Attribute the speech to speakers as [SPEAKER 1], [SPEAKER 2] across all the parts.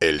[SPEAKER 1] El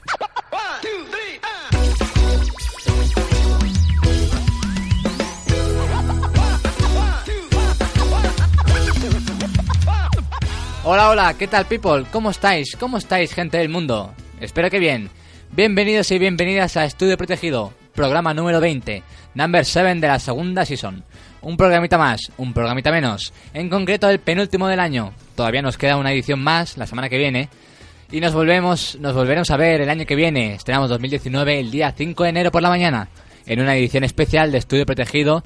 [SPEAKER 2] Hola, hola, ¿qué tal people? ¿Cómo estáis? ¿Cómo estáis, gente del mundo? Espero que bien. Bienvenidos y bienvenidas a Estudio Protegido, programa número 20, number 7 de la segunda season. Un programita más, un programita menos, en concreto el penúltimo del año. Todavía nos queda una edición más la semana que viene. Y nos volvemos, nos volveremos a ver el año que viene. Estrenamos 2019 el día 5 de enero por la mañana, en una edición especial de Estudio Protegido.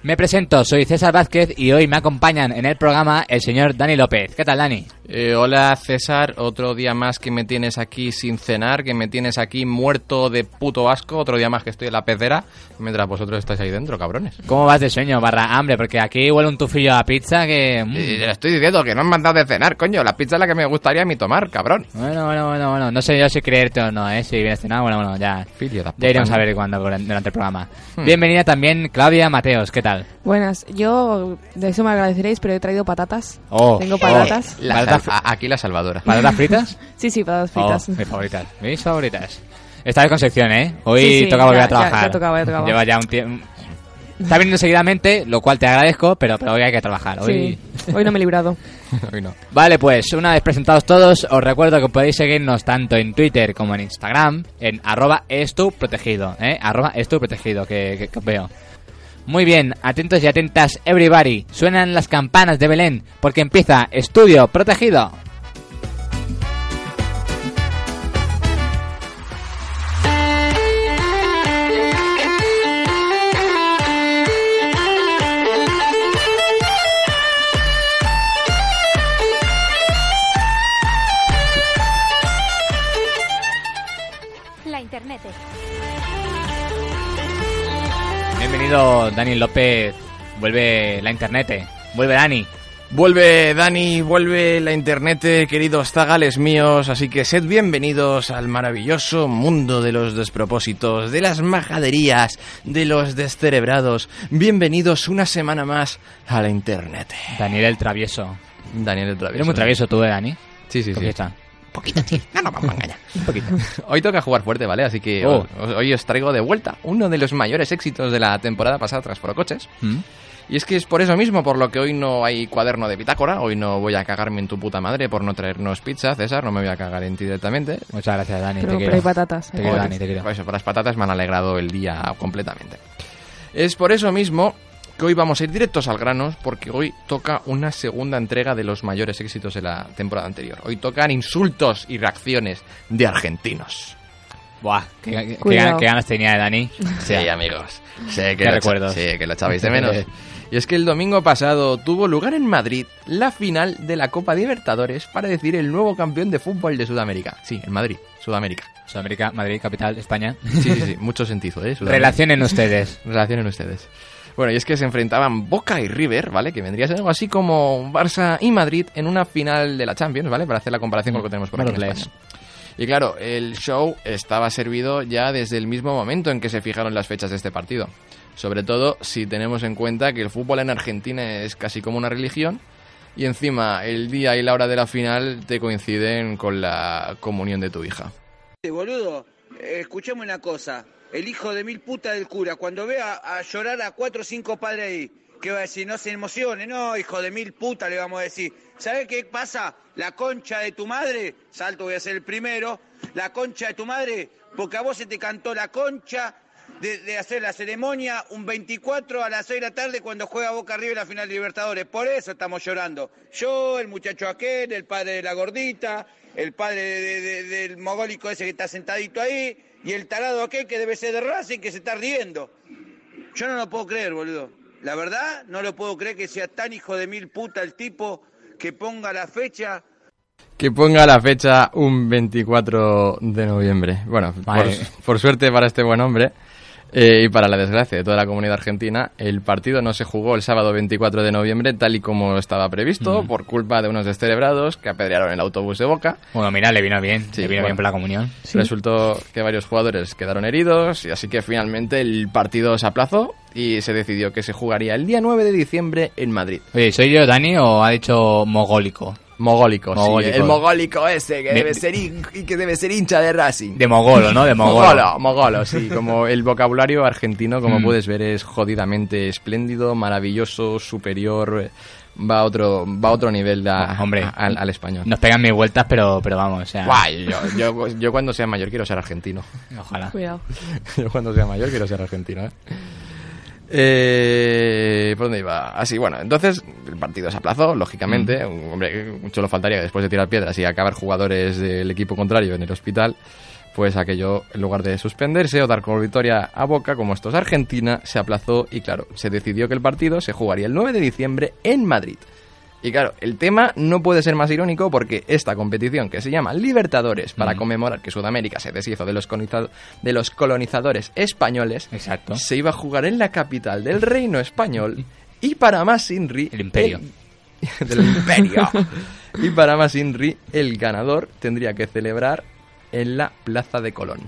[SPEAKER 2] Me presento, soy César Vázquez y hoy me acompañan en el programa el señor Dani López. ¿Qué tal, Dani?
[SPEAKER 3] Eh, hola César, otro día más que me tienes aquí sin cenar, que me tienes aquí muerto de puto asco, otro día más que estoy en la pecera, mientras vosotros estáis ahí dentro, cabrones.
[SPEAKER 2] ¿Cómo vas de sueño barra hambre? Porque aquí huele un tufillo a pizza que... mm.
[SPEAKER 3] Eh, le estoy diciendo que no me han dado de cenar, coño, la pizza es la que me gustaría a mí tomar, cabrón.
[SPEAKER 2] Bueno, bueno, bueno, bueno. No sé yo si creerte o no, ¿eh? Si vienes cenado, bueno, bueno, ya.
[SPEAKER 3] Filio de
[SPEAKER 2] Ya iremos
[SPEAKER 3] puta, Hmm.
[SPEAKER 2] a ver cuándo por- durante el programa. Bienvenida también Claudia Mateos, ¿qué tal?
[SPEAKER 4] Buenas, yo de eso me agradeceréis, pero he traído patatas.
[SPEAKER 2] Oh,
[SPEAKER 4] Tengo
[SPEAKER 2] oh.
[SPEAKER 4] patatas.
[SPEAKER 3] La
[SPEAKER 2] Patatas
[SPEAKER 3] sal- a- aquí la salvadora.
[SPEAKER 2] ¿Patatas fritas?
[SPEAKER 4] Sí, sí, patatas fritas.
[SPEAKER 2] Oh, mis favoritas. Mis favoritas. Esta vez con sección, ¿eh? Hoy
[SPEAKER 4] Sí, sí,
[SPEAKER 2] toca volver
[SPEAKER 4] ya-
[SPEAKER 2] a trabajar.
[SPEAKER 4] ya- ya tocaba, ya tocaba.
[SPEAKER 2] Lleva ya un tiempo... Está viniendo seguidamente, lo cual te agradezco, pero, pero hoy hay que trabajar. Hoy...
[SPEAKER 4] Sí, hoy no me he librado.
[SPEAKER 3] Hoy no.
[SPEAKER 2] Vale, pues una vez presentados todos, os recuerdo que podéis seguirnos tanto en Twitter como en Instagram, en arroba estuprotegido, ¿eh? Arroba estuprotegido, que, que- que os veo. Muy bien, atentos y atentas, everybody. Suenan las campanas de Belén, porque empieza Estudio Protegido.
[SPEAKER 5] La internet.
[SPEAKER 2] Bienvenido, Dani López. Vuelve la internet, vuelve Dani.
[SPEAKER 3] Vuelve Dani, vuelve la internet, eh, queridos zagales míos, así que sed bienvenidos al maravilloso mundo de los despropósitos, de las majaderías, de los descerebrados. Bienvenidos una semana más a la internet.
[SPEAKER 2] Daniel el travieso.
[SPEAKER 3] Daniel el travieso.
[SPEAKER 2] Eres muy travieso tú, ¿eh, Dani?
[SPEAKER 3] Sí, sí, sí.
[SPEAKER 2] Confiesa.
[SPEAKER 3] Poquito, sí. No, no, vamos a engañar.
[SPEAKER 2] Un poquito.
[SPEAKER 3] Hoy toca jugar fuerte, ¿vale? Así que
[SPEAKER 2] Oh.
[SPEAKER 3] os- hoy os traigo de vuelta uno de los mayores éxitos de la temporada pasada tras Forocoches.
[SPEAKER 2] ¿Mm?
[SPEAKER 3] Y es que es por eso mismo por lo que hoy no hay cuaderno de bitácora, hoy no voy a cagarme en tu puta madre por no traernos pizza, César, no me voy a cagar en ti directamente.
[SPEAKER 2] Muchas gracias, Dani.
[SPEAKER 4] Pero,
[SPEAKER 2] te
[SPEAKER 4] pero
[SPEAKER 2] quiero.
[SPEAKER 4] hay patatas.
[SPEAKER 2] Te
[SPEAKER 4] hay
[SPEAKER 2] quiero,
[SPEAKER 4] patatas.
[SPEAKER 2] Dani, te quiero.
[SPEAKER 3] Por eso, por las patatas me han alegrado el día completamente. Es por eso mismo que hoy vamos a ir directos al grano, porque hoy toca una segunda entrega de los mayores éxitos de la temporada anterior. Hoy tocan insultos y reacciones de argentinos.
[SPEAKER 2] Buah, qué, qué- qué
[SPEAKER 4] Cuidado.
[SPEAKER 2] ganas- qué ganas tenía de Dani.
[SPEAKER 3] Sí, amigos. Sé
[SPEAKER 2] Qué
[SPEAKER 3] que, lo
[SPEAKER 2] recuerdos.
[SPEAKER 3] echa- sí, que lo echabais de menos. Y es que el domingo pasado tuvo lugar en Madrid la final de la Copa Libertadores para decidir el nuevo campeón de fútbol de Sudamérica. Sí, en Madrid, Sudamérica.
[SPEAKER 2] Sudamérica, Madrid, capital, España.
[SPEAKER 3] Sí, sí, sí, mucho sentido, ¿eh? Sudamérica.
[SPEAKER 2] Relacionen ustedes.
[SPEAKER 3] Relacionen ustedes. Bueno, y es que se enfrentaban Boca y River, ¿vale? Que vendría a ser algo así como Barça y Madrid en una final de la Champions, ¿vale? Para hacer la comparación con lo que tenemos por aquí. en
[SPEAKER 2] Marvelous.
[SPEAKER 3] España. Y claro, el show estaba servido ya desde el mismo momento en que se fijaron las fechas de este partido. Sobre todo si tenemos en cuenta que el fútbol en Argentina es casi como una religión y encima el día y la hora de la final te coinciden con la comunión de tu hija.
[SPEAKER 6] Eh, boludo, eh, escuchame una cosa. El hijo de mil puta del cura, cuando vea a llorar a cuatro o cinco padres ahí, ¿qué va a decir? No se emocione, no, hijo de mil puta, le vamos a decir. ¿Sabes qué pasa? La concha de tu madre, salto voy a ser el primero, la concha de tu madre, porque a vos se te cantó la concha de, de hacer la ceremonia un 24 a las 6 de la tarde cuando juega Boca River la final de Libertadores. Por eso estamos llorando. Yo, el muchacho aquel, el padre de la gordita, el padre de- de- del mogólico ese que está sentadito ahí y el tarado aquel que debe ser de Racing que se está riendo. Yo no lo puedo creer, boludo. La verdad, no lo puedo creer que sea tan hijo de mil puta el tipo que ponga la fecha
[SPEAKER 3] Que ponga la fecha un 24 de noviembre. Bueno, por,
[SPEAKER 2] Madre.
[SPEAKER 3] por suerte para este buen hombre, Eh, y para la desgracia de toda la comunidad argentina, el partido no se jugó el sábado 24 de noviembre tal y como estaba previsto, por culpa de unos descerebrados que apedrearon el autobús de Boca.
[SPEAKER 2] Bueno, mira, le vino bien.
[SPEAKER 3] Sí,
[SPEAKER 2] le vino
[SPEAKER 3] bueno.
[SPEAKER 2] bien por la comunión.
[SPEAKER 3] Resultó que varios jugadores quedaron heridos y así que finalmente el partido se aplazó y se decidió que se jugaría el día 9 de diciembre en Madrid.
[SPEAKER 2] Oye, ¿soy yo Dani o ha dicho mogólico?
[SPEAKER 3] Mogólico, sí,
[SPEAKER 2] Mogólico.
[SPEAKER 3] el mogólico ese que
[SPEAKER 2] De-
[SPEAKER 3] debe ser hin- y que debe ser hincha de Racing.
[SPEAKER 2] De mogolo, ¿no? De mogolo.
[SPEAKER 3] Mogolo, mogolo, sí, como el vocabulario argentino, como
[SPEAKER 2] Mm.
[SPEAKER 3] puedes ver, es jodidamente espléndido, maravilloso, superior, eh, va a otro, va a otro nivel a-
[SPEAKER 2] Hombre.
[SPEAKER 3] a- al, al español.
[SPEAKER 2] Nos pegan mil vueltas, pero, pero vamos, o sea.
[SPEAKER 3] Guay, yo, yo, yo cuando sea mayor quiero ser argentino.
[SPEAKER 2] Ojalá.
[SPEAKER 4] Cuidado.
[SPEAKER 3] Yo cuando sea mayor quiero ser argentino, ¿eh? Eh, por dónde iba? Así, bueno, entonces el partido se aplazó, lógicamente. Hombre, mucho lo faltaría que después de tirar piedras y acabar jugadores del equipo contrario en el hospital. Pues aquello, en lugar de suspenderse o dar con victoria a Boca, como esto es Argentina, se aplazó y claro, se decidió que el partido se jugaría el 9 de diciembre en Madrid. Y claro, el tema no puede ser más irónico porque esta competición que se llama Libertadores para conmemorar que Sudamérica se deshizo de los, coloniza- de los colonizadores españoles
[SPEAKER 2] Exacto.
[SPEAKER 3] se iba a jugar en la capital del reino español y para más Inri
[SPEAKER 2] El imperio.
[SPEAKER 3] el- del imperio. y para más Inri el ganador tendría que celebrar en la Plaza de Colón.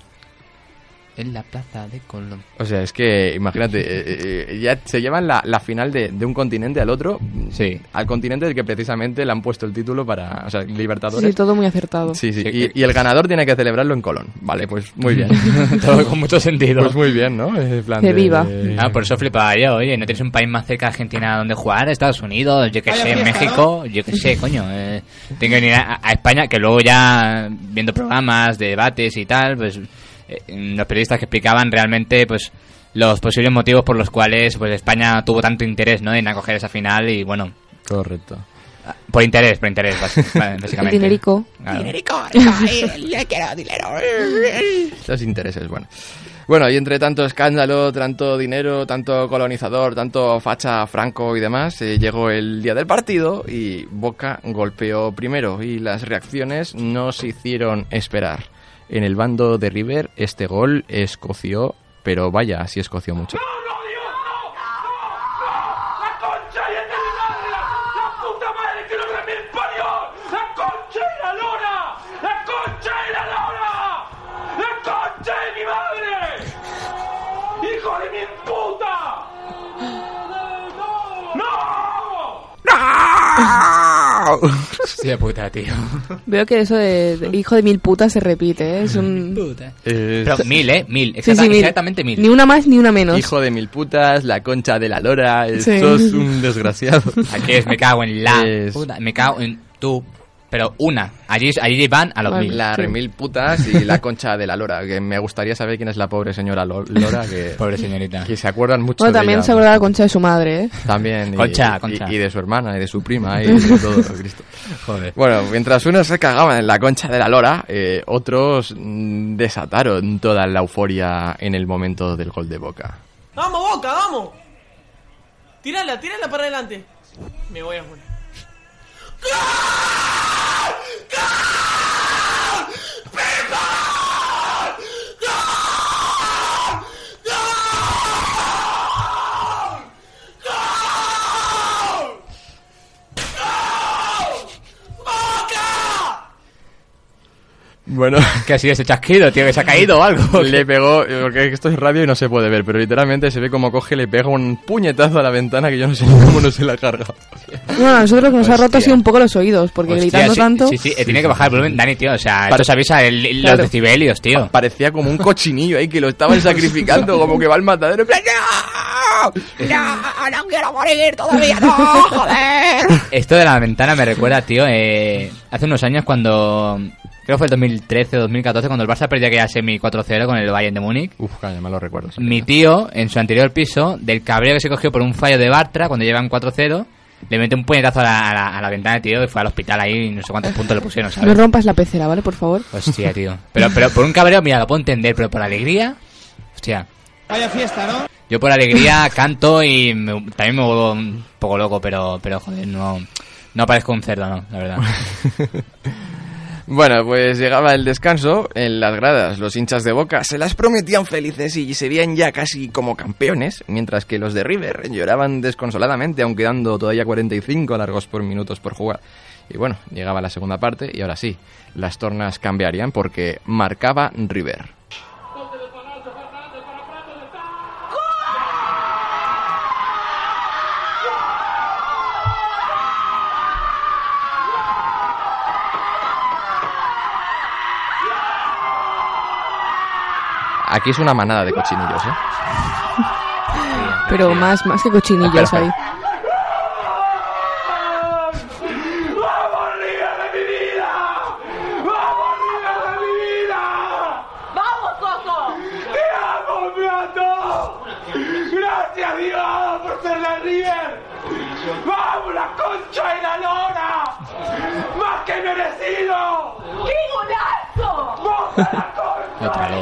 [SPEAKER 2] En la plaza de Colón.
[SPEAKER 3] O sea, es que imagínate, eh, eh, ya se llevan la, la final de, de un continente al otro.
[SPEAKER 2] Sí.
[SPEAKER 3] Al continente del que precisamente le han puesto el título para. O sea,
[SPEAKER 4] Sí,
[SPEAKER 3] Libertadores.
[SPEAKER 4] todo muy acertado.
[SPEAKER 3] Sí, sí.
[SPEAKER 2] Sí, eh,
[SPEAKER 3] Y,
[SPEAKER 2] que-
[SPEAKER 3] y el ganador tiene que celebrarlo en Colón. Vale, pues muy bien.
[SPEAKER 2] Todo con mucho sentido.
[SPEAKER 3] pues muy bien, ¿no? En plan
[SPEAKER 4] Que viva.
[SPEAKER 2] Ah, por eso flipaba yo, oye, ¿no tienes un país más cerca de Argentina donde jugar? Estados Unidos, yo que sé, México, yo que sé, coño. eh, tengo que venir a, a España, que luego ya viendo programas, debates y tal, pues eh, los periodistas que explicaban realmente pues los posibles motivos por los cuales pues España tuvo tanto interés ¿no? en acoger esa final y bueno, Ah,
[SPEAKER 3] Correcto.
[SPEAKER 2] por interés, por interés, bas- básicamente.
[SPEAKER 4] El dinerico.
[SPEAKER 2] Claro.
[SPEAKER 3] pues Los intereses, bueno. Bueno, y entre tanto escándalo, tanto dinero, tanto colonizador, tanto facha franco y demás, eh, llegó el día del partido y Boca golpeó primero y las reacciones no se hicieron esperar. En el bando de River este gol escoció, pero vaya, sí escoció mucho.
[SPEAKER 2] Hostia puta, tío.
[SPEAKER 4] Veo que eso de, de hijo de mil putas se repite, ¿eh? Es un...
[SPEAKER 3] Eh,
[SPEAKER 2] Pero mil, ¿eh? Mil,
[SPEAKER 4] Sí,
[SPEAKER 2] exacta-
[SPEAKER 4] sí, mil.
[SPEAKER 2] exactamente mil.
[SPEAKER 4] Ni una más ni una menos.
[SPEAKER 3] hijo de mil putas, la concha de la lora, eh,
[SPEAKER 4] Sí.
[SPEAKER 3] sos un desgraciado.
[SPEAKER 2] Aquí es me cago en la
[SPEAKER 3] Es-
[SPEAKER 2] puta, me cago en tu, pero una. Allí, allí van a los
[SPEAKER 4] Vale.
[SPEAKER 2] mil.
[SPEAKER 3] La remil putas y la concha de la lora. Que me gustaría saber quién es la pobre señora Lo- Lora, que,
[SPEAKER 2] Pobre señorita.
[SPEAKER 3] que se acuerdan mucho
[SPEAKER 4] Bueno,
[SPEAKER 3] de
[SPEAKER 4] también
[SPEAKER 3] ella.
[SPEAKER 4] se acuerda la concha de su madre, ¿eh?
[SPEAKER 3] También. y-
[SPEAKER 2] Concha,
[SPEAKER 3] y,
[SPEAKER 2] concha.
[SPEAKER 3] Y, de su hermana, y de su prima, y de todo, Cristo.
[SPEAKER 2] Joder.
[SPEAKER 3] Bueno, mientras unos se cagaban en la concha de la lora, eh, otros mm, desataron toda la euforia en el momento del gol de Boca.
[SPEAKER 7] ¡Vamos, Boca, vamos! ¡Tírala, tírala para adelante! Me voy a jugar.
[SPEAKER 3] Bueno,
[SPEAKER 2] ¿Qué ha sido ese chasquido, tío? ¿Que se ha caído o algo?
[SPEAKER 3] le pegó, porque esto es radio y no se puede ver, pero literalmente se ve como coge, le pega un puñetazo a la ventana que yo no sé ni cómo no se la carga.
[SPEAKER 4] Bueno, a nosotros lo que nos ha roto ha sido un poco los oídos, porque
[SPEAKER 2] Hostia,
[SPEAKER 4] gritando
[SPEAKER 2] sí,
[SPEAKER 4] tanto...
[SPEAKER 2] Sí, sí, eh, tiene que bajar el volumen. Dani, tío, o sea,
[SPEAKER 3] Para-
[SPEAKER 2] esto se avisa el- el- los
[SPEAKER 3] Claro.
[SPEAKER 2] decibelios, tío.
[SPEAKER 3] Parecía como un cochinillo ahí que lo estaban sacrificando, como que va al matadero. en plan, ¡No! ¡No! ¡No quiero morir todavía! ¡No! ¡Joder!
[SPEAKER 2] Esto de la ventana me recuerda, tío, eh, hace unos años cuando... Creo que fue el 2013 o 2014 cuando el Barça perdió aquella semi 4-0 con el Bayern de Múnich.
[SPEAKER 3] Uf, calla, me lo recuerdo.
[SPEAKER 2] Mi tío, en su anterior piso, del cabreo que se cogió por un fallo de Bartra cuando llevan 4-0, le mete un puñetazo a la, a la- a la ventana, tío, y fue al hospital ahí y no sé cuántos puntos le pusieron,
[SPEAKER 4] No
[SPEAKER 2] ¿sabes?
[SPEAKER 4] rompas la pecera, ¿vale? Por favor.
[SPEAKER 2] Hostia, tío. Pero, pero por un cabreo, mira, lo puedo entender, pero por alegría. Hostia.
[SPEAKER 7] Vaya fiesta, ¿no?
[SPEAKER 2] Yo por alegría canto y me- también me vuelvo un poco loco, pero, pero joder, no, no parezco un cerdo, no, la verdad.
[SPEAKER 3] Bueno, pues llegaba el descanso, en las gradas los hinchas de Boca se las prometían felices y se veían ya casi como campeones, mientras que los de River lloraban desconsoladamente, aun quedando todavía 45 largos por minutos por jugar. Y bueno, llegaba la segunda parte y ahora sí, las tornas cambiarían porque marcaba River. Aquí es una manada de cochinillos, ¿eh?
[SPEAKER 4] Pero más, más que
[SPEAKER 3] Espera,
[SPEAKER 4] cochinillos
[SPEAKER 3] espera.
[SPEAKER 4] ahí.
[SPEAKER 2] Otra vez.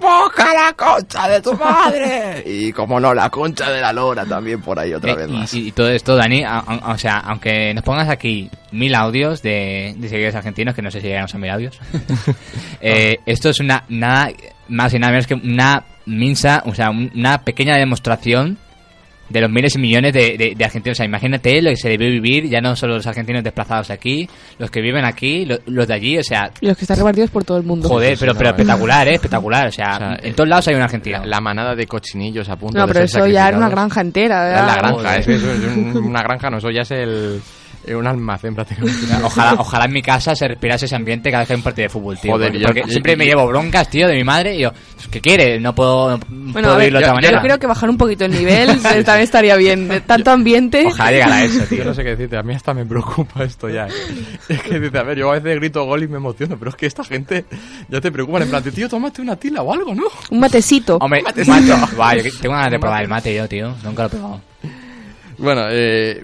[SPEAKER 3] ¡Boca la concha de tu madre! y como no, la concha de la lora también por ahí otra
[SPEAKER 2] Eh,
[SPEAKER 3] vez
[SPEAKER 2] y-
[SPEAKER 3] más.
[SPEAKER 2] Y, y todo esto, Dani, a- a- o sea, aunque nos pongas aquí mil audios de, de seguidores argentinos, que no sé si llegamos a mil audios, eh, esto es una, nada más y nada menos que una minsa, o sea, un- una pequeña demostración de los miles y millones de, de- de argentinos. O sea, imagínate lo que se debe vivir, ya no solo los argentinos desplazados aquí, los que viven aquí, lo- los de allí, o sea,
[SPEAKER 4] Y los que están repartidos por todo el mundo.
[SPEAKER 2] joder,
[SPEAKER 3] sí,
[SPEAKER 2] pero,
[SPEAKER 3] no,
[SPEAKER 2] pero
[SPEAKER 3] eh.
[SPEAKER 2] espectacular, ¿eh? Espectacular, o sea,
[SPEAKER 3] O sea, eh,
[SPEAKER 2] en todos lados hay un argentino.
[SPEAKER 3] La, la manada de cochinillos a punto
[SPEAKER 4] No,
[SPEAKER 3] de
[SPEAKER 4] pero
[SPEAKER 3] ser
[SPEAKER 4] eso ya era una
[SPEAKER 3] sacrificados.
[SPEAKER 4] granja entera.
[SPEAKER 3] Era
[SPEAKER 4] era-
[SPEAKER 3] la granja,
[SPEAKER 2] Joder.
[SPEAKER 3] eso, eso es un- una granja, no, eso ya es el, eh, un almacén prácticamente.
[SPEAKER 2] Ojalá, ojalá en mi casa se respirase ese ambiente cada vez que hay un partido de fútbol, tío.
[SPEAKER 3] Joder,
[SPEAKER 2] porque
[SPEAKER 3] yo-
[SPEAKER 2] porque
[SPEAKER 3] yo-
[SPEAKER 2] siempre me llevo broncas, tío, de mi madre. Y yo, "Pues, ¿qué quiere? No puedo, no
[SPEAKER 4] Bueno,
[SPEAKER 2] puedo
[SPEAKER 4] a ver,
[SPEAKER 2] vivirlo de otra
[SPEAKER 4] yo, yo
[SPEAKER 2] manera.
[SPEAKER 4] creo que bajar un poquito el nivel eh, también estaría bien. De Tanto ambiente.
[SPEAKER 2] Ojalá llegara a eso,
[SPEAKER 3] Yo
[SPEAKER 2] tío.
[SPEAKER 3] no sé qué decirte, a mí hasta me preocupa esto ya. ¿eh? Es que dice, a ver, yo a veces grito gol y me emociono, pero es que esta gente ya te preocupa. En plan, tío, tómate una tila o algo, ¿no?
[SPEAKER 4] Un matecito.
[SPEAKER 2] Hombre, macho, guay, yo tengo ganas de probar el mate yo, tío. Nunca lo he probado.
[SPEAKER 3] Bueno, eh,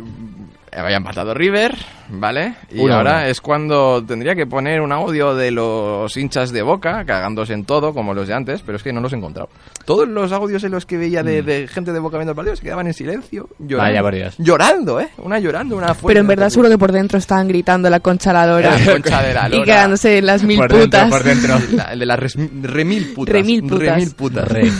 [SPEAKER 3] habían matado River, ¿vale? Y
[SPEAKER 2] Uno a
[SPEAKER 3] ahora
[SPEAKER 2] uno.
[SPEAKER 3] es cuando tendría que poner un audio de los hinchas de Boca, cagándose en todo, como los de antes, pero es que no los he encontrado. Todos los audios en los que veía de, de gente de Boca viendo el partido se quedaban en silencio, llorando.
[SPEAKER 2] Mm. Vaya por Dios.
[SPEAKER 3] Llorando, ¿eh? Una llorando, una fuerte.
[SPEAKER 4] pero en verdad seguro que por dentro estaban gritando la concha a la lora.
[SPEAKER 3] La concha de la
[SPEAKER 4] y
[SPEAKER 3] lora.
[SPEAKER 4] quedándose las mil
[SPEAKER 2] por
[SPEAKER 4] putas.
[SPEAKER 2] dentro, por dentro.
[SPEAKER 3] La- el de las res- remil putas.
[SPEAKER 4] Remil putas.
[SPEAKER 3] Remil putas.
[SPEAKER 2] Re.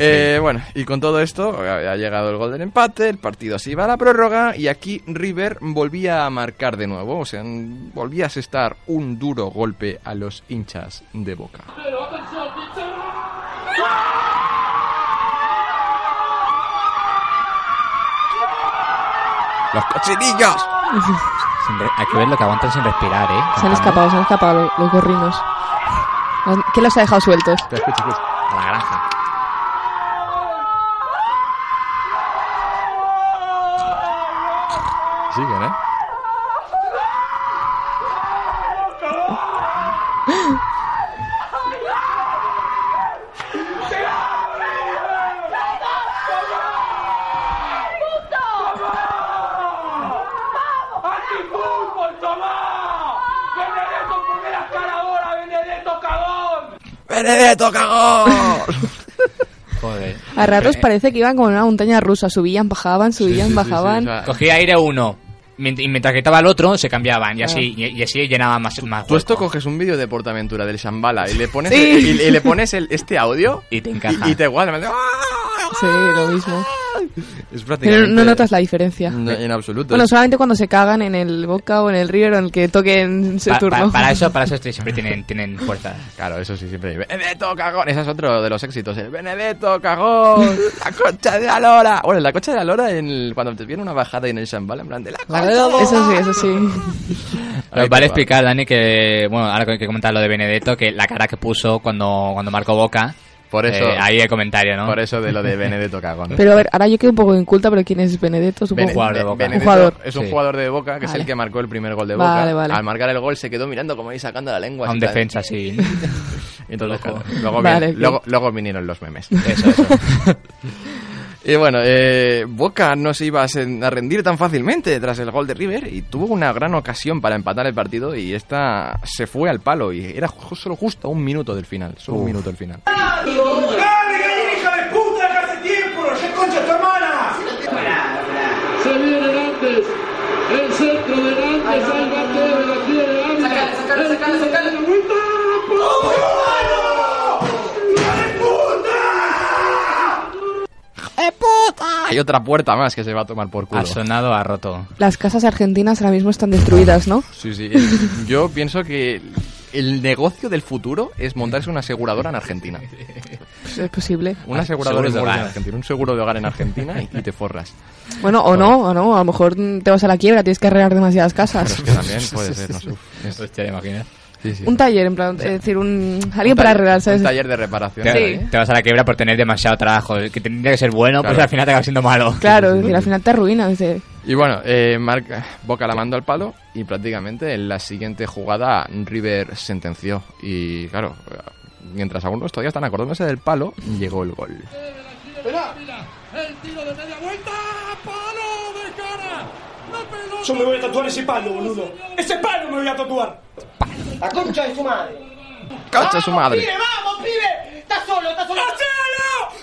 [SPEAKER 3] Eh, bueno, y con todo esto ha ha llegado el gol del empate, el partido se iba a la prórroga y aquí River volvía a marcar de nuevo, o sea, n- volvía a asestar un duro golpe a los hinchas de Boca. ¡Los cochinillos!
[SPEAKER 2] Sin re- Hay que ver lo que aguantan sin respirar, eh.
[SPEAKER 4] Se han
[SPEAKER 2] Cantando.
[SPEAKER 4] escapado, se han escapado los, los gorrinos. Las- ¿Quién los ha dejado sueltos?
[SPEAKER 3] Espera, escucha, escucha.
[SPEAKER 2] A la granja.
[SPEAKER 3] Siguen, ¿eh? ¡Benedetto, cagón!
[SPEAKER 2] Joder.
[SPEAKER 4] A ratos parece que iban como en una montaña rusa. Subían, bajaban, subían,
[SPEAKER 3] Sí, sí, sí, sí,
[SPEAKER 4] bajaban.
[SPEAKER 3] o sea,
[SPEAKER 2] Cogía aire uno. mient- Y mientras que estaba el otro, se cambiaban. Y así,
[SPEAKER 4] Ah.
[SPEAKER 2] y, y así llenaba más, más
[SPEAKER 3] Tú esto
[SPEAKER 2] hueco.
[SPEAKER 3] coges un vídeo de Portaventura del Shambhala y le pones,
[SPEAKER 4] Sí.
[SPEAKER 3] y, y le pones el- este audio
[SPEAKER 2] Y te encaja.
[SPEAKER 3] y te guarda. ¡ah!
[SPEAKER 4] Sí, lo mismo.
[SPEAKER 3] Es
[SPEAKER 4] Pero
[SPEAKER 3] prácticamente.
[SPEAKER 4] no notas la diferencia.
[SPEAKER 3] No, en absoluto.
[SPEAKER 4] Bueno,
[SPEAKER 3] Es-
[SPEAKER 4] solamente cuando se cagan en el Boca o en el River o en el que toquen su
[SPEAKER 2] Pa- pa-
[SPEAKER 4] Este turno.
[SPEAKER 2] para eso, para eso estoy- siempre tienen, tienen fuerza.
[SPEAKER 3] Claro, eso sí, siempre. Benedetto cagón. Ese es otro de los éxitos. El Benedetto cagón. La concha de la lora. Bueno, la concha de la lora en el- cuando te viene una bajada en el Shambhala, en plan de la concha de la lora.
[SPEAKER 4] Eso sí, eso sí.
[SPEAKER 3] Ahí
[SPEAKER 2] vale
[SPEAKER 3] te va.
[SPEAKER 2] explicar, Dani, que bueno, ahora que hay que comentar lo de Benedetto, que la cara que puso cuando, cuando marcó Boca.
[SPEAKER 3] Por eso-
[SPEAKER 2] eh, ahí el comentario, ¿no?
[SPEAKER 3] Por eso de lo de Benedetto cagón.
[SPEAKER 4] Pero a ver, ahora yo quedo un poco inculta, pero ¿quién es Benedetto?
[SPEAKER 3] Bene-
[SPEAKER 4] Supongo.
[SPEAKER 2] jugador de
[SPEAKER 3] Be-
[SPEAKER 2] Boca.
[SPEAKER 3] Benedetto
[SPEAKER 4] Un jugador.
[SPEAKER 3] Es un
[SPEAKER 2] Sí.
[SPEAKER 3] jugador de Boca que es
[SPEAKER 4] Vale.
[SPEAKER 3] el que marcó el primer gol de Boca.
[SPEAKER 4] Vale, vale.
[SPEAKER 3] Al marcar el gol se quedó mirando como ahí sacando la lengua.
[SPEAKER 2] A un
[SPEAKER 3] en plan-
[SPEAKER 2] defensa, sí.
[SPEAKER 3] Y Entonces, claro, luego, vin-
[SPEAKER 4] Vale, bien.
[SPEAKER 3] luego, luego vinieron los memes.
[SPEAKER 2] Eso, eso.
[SPEAKER 3] Y bueno, eh, Boca no se iba a sen- a rendir tan fácilmente tras el gol de River y tuvo una gran ocasión para empatar el partido y esta se fue al palo y era ju- solo justo un minuto del final, solo un minuto del final.
[SPEAKER 8] ¡Dale, que hay hija de puta que hace tiempo! ¡No sé concha tu hermana!
[SPEAKER 9] Se viene Hernández, el centro de Hernández,
[SPEAKER 3] hay otra puerta más que se va a tomar por culo.
[SPEAKER 2] Ha sonado, ha roto.
[SPEAKER 4] Las casas argentinas ahora mismo están destruidas, ¿no?
[SPEAKER 3] Sí, sí. eh, Yo pienso que el negocio del futuro es montarse una aseguradora en Argentina.
[SPEAKER 4] Pues es posible.
[SPEAKER 3] Una aseguradora
[SPEAKER 2] seguros de
[SPEAKER 3] Ah, de hogar en
[SPEAKER 2] hogar.
[SPEAKER 3] Argentina, un seguro de hogar en Argentina y, y te forras.
[SPEAKER 4] Bueno, o no, o no. A lo mejor mm, te vas a la quiebra, tienes que arreglar demasiadas
[SPEAKER 3] Pero
[SPEAKER 4] casas.
[SPEAKER 3] es que también puede ser, no sé. Uf, es-
[SPEAKER 2] Hostia, ¿te imaginas?
[SPEAKER 3] sí, sí.
[SPEAKER 4] Un taller, en plan, es decir, un, alguien
[SPEAKER 3] Un
[SPEAKER 4] para
[SPEAKER 3] taller-
[SPEAKER 4] arreglar, ¿sabes?
[SPEAKER 3] Un taller de reparación.
[SPEAKER 2] Te,
[SPEAKER 3] ¿eh?
[SPEAKER 2] te vas a la quiebra por tener demasiado trabajo. El Que tendría que ser bueno, pues
[SPEAKER 3] Claro.
[SPEAKER 2] al final te acaba siendo malo.
[SPEAKER 4] Claro, es decir, al final te arruinas. es decir,
[SPEAKER 3] Y bueno, eh, Marc Boca la mandó al palo y prácticamente en la siguiente jugada River sentenció. Y claro, mientras algunos todavía están acordándose del palo, llegó el gol.
[SPEAKER 8] Yo me voy a tatuar ese palo, boludo. Ese palo me voy a tatuar.
[SPEAKER 9] La concha de su madre.
[SPEAKER 3] ¡Cacha su madre!
[SPEAKER 9] Pibe, vamos, pibe. Está solo, está solo.
[SPEAKER 8] ¡Hacelo!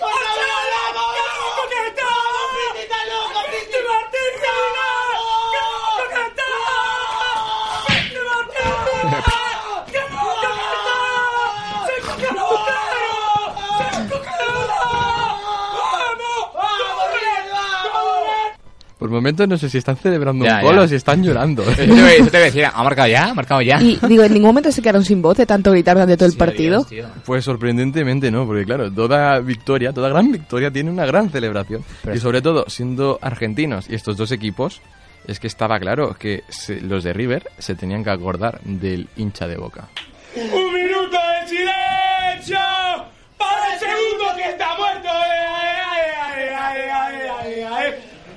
[SPEAKER 9] ¡Vamos, vamos,
[SPEAKER 8] ¡Qué
[SPEAKER 9] vamos!
[SPEAKER 8] loco que está!
[SPEAKER 9] ¡Vamos, Priti, está loco, Priti!
[SPEAKER 8] ¡Priti Martín, Milán! ¡Qué loco que está! ¡Priti Martín! ¡Qué loco que está! ¡Se coge la botella! ¡Se coge la botella! ¡Vamos! ¡Vamos, Red! ¡Vamos, Red!
[SPEAKER 3] Por momentos no sé si están celebrando
[SPEAKER 2] Ya,
[SPEAKER 3] un gol
[SPEAKER 2] ya.
[SPEAKER 3] o si están llorando.
[SPEAKER 2] Yo te voy- yo te voy a decir, ¿ha marcado ya? ¿Ha marcado ya?
[SPEAKER 4] Y digo, en ningún momento se quedaron sin voz de tanto gritar durante todo el partido.
[SPEAKER 3] Pues sorprendentemente no, porque claro, toda victoria, toda gran victoria tiene una gran celebración.
[SPEAKER 2] Pero
[SPEAKER 3] y
[SPEAKER 2] es-
[SPEAKER 3] sobre todo, siendo argentinos y estos dos equipos, es que estaba claro que se- los de River se tenían que acordar del hincha de Boca.
[SPEAKER 8] ¡Un minuto de silencio! ¡Para el segundo que está muerto! ¡Ay, ay, ay, ay, ay, ay, ay!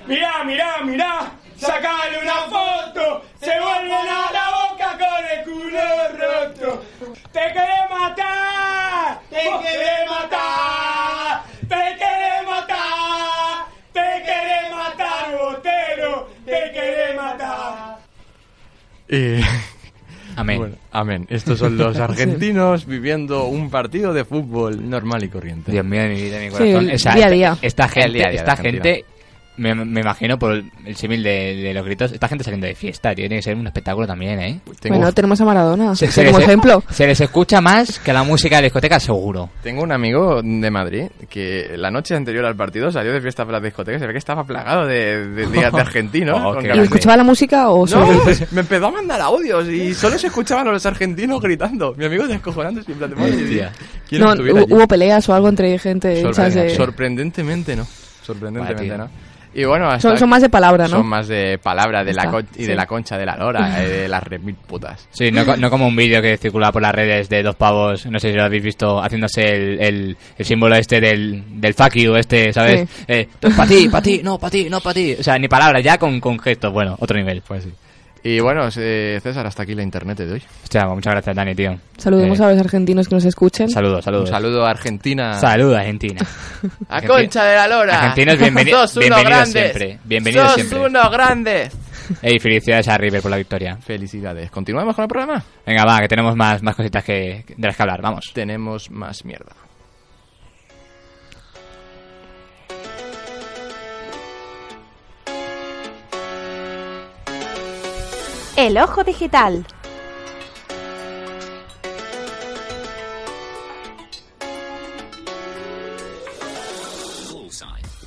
[SPEAKER 8] ¡Mirá, mirá, mirá! ¡Sacale una foto! ¡Se vuelven a la boca con el culo roto! ¡Te querés matar! ¡Te querés matar! ¡Te querés matar! ¡Te querés matar, botero! ¡Te querés matar!
[SPEAKER 3] Eh,
[SPEAKER 2] Amén.
[SPEAKER 3] Bueno, amén. Estos son los argentinos viviendo un partido de fútbol normal y corriente.
[SPEAKER 2] Dios mío, de mi vida, de mi corazón.
[SPEAKER 4] el
[SPEAKER 2] Esa-
[SPEAKER 4] día a día.
[SPEAKER 2] Esta gente,
[SPEAKER 3] El día a día de
[SPEAKER 2] esta
[SPEAKER 3] Argentina.
[SPEAKER 2] gente me, me imagino por el, el símil de, de los gritos, esta gente saliendo de fiesta, tío, tiene que ser un espectáculo también, ¿eh?
[SPEAKER 3] Tengo,
[SPEAKER 4] Bueno, tenemos a Maradona
[SPEAKER 2] Se- se les-
[SPEAKER 4] como ejemplo.
[SPEAKER 2] Se les escucha más que la música de la discoteca, seguro.
[SPEAKER 3] tengo un amigo de Madrid que la noche anterior al partido salió de fiesta para las discotecas y se ve que estaba plagado de, de días de argentinos.
[SPEAKER 2] Oh, qué
[SPEAKER 3] con
[SPEAKER 4] ¿Y
[SPEAKER 2] grande.
[SPEAKER 3] ganas de-
[SPEAKER 4] escuchaba la música o
[SPEAKER 3] No, pues,
[SPEAKER 4] solo?
[SPEAKER 3] me empezó a mandar audios y solo se escuchaban a los argentinos gritando. Mi amigo descojonando siempre de madre mía,
[SPEAKER 2] Hostia.
[SPEAKER 3] ¿quién
[SPEAKER 4] No,
[SPEAKER 3] estuviera
[SPEAKER 4] hu-
[SPEAKER 3] allí?
[SPEAKER 4] hubo eh. peleas o algo entre gente
[SPEAKER 3] Sorpre-
[SPEAKER 4] hinchas de-
[SPEAKER 3] Sorprendentemente no. Sorprendentemente
[SPEAKER 2] Vaya,
[SPEAKER 3] no.
[SPEAKER 2] tío.
[SPEAKER 3] Y bueno, hasta
[SPEAKER 4] Son- son más de palabra, ¿no?
[SPEAKER 3] Son más de palabra de la
[SPEAKER 4] Está,
[SPEAKER 3] con- y de
[SPEAKER 4] sí.
[SPEAKER 3] la concha de la lora, eh, de las red mil putas.
[SPEAKER 2] Sí, no, co- no como un vídeo que circula por las redes de dos pavos, no sé si lo habéis visto, haciéndose el, el, el símbolo este del, del fuck you, este, ¿sabes?
[SPEAKER 4] Sí.
[SPEAKER 2] Eh, para ti, para ti, no, para ti, no, para ti. O sea, ni palabras, ya con, con gestos, bueno, otro nivel. Pues sí.
[SPEAKER 3] Y bueno, eh, César, hasta aquí la internet de hoy.
[SPEAKER 2] Hostia, muchas gracias, Dani, tío.
[SPEAKER 4] Saludemos
[SPEAKER 2] Eh,
[SPEAKER 4] a los argentinos que nos escuchen.
[SPEAKER 2] Saludos,
[SPEAKER 3] Un
[SPEAKER 2] saludos.
[SPEAKER 3] saludo a Argentina.
[SPEAKER 2] Saludos, Argentina.
[SPEAKER 3] a concha de la lora.
[SPEAKER 2] Argentinos, bienveni-
[SPEAKER 3] Sos unos
[SPEAKER 2] bienvenidos
[SPEAKER 3] grandes.
[SPEAKER 2] siempre, bienvenidos
[SPEAKER 3] Sos
[SPEAKER 2] siempre.
[SPEAKER 3] unos grandes.
[SPEAKER 2] Ey, felicidades a River por la victoria.
[SPEAKER 3] Felicidades. ¿Continuamos con el programa?
[SPEAKER 2] Venga, va, que tenemos más, más cositas que, de las que hablar, vamos.
[SPEAKER 3] Tenemos más mierda.
[SPEAKER 5] El ojo digital.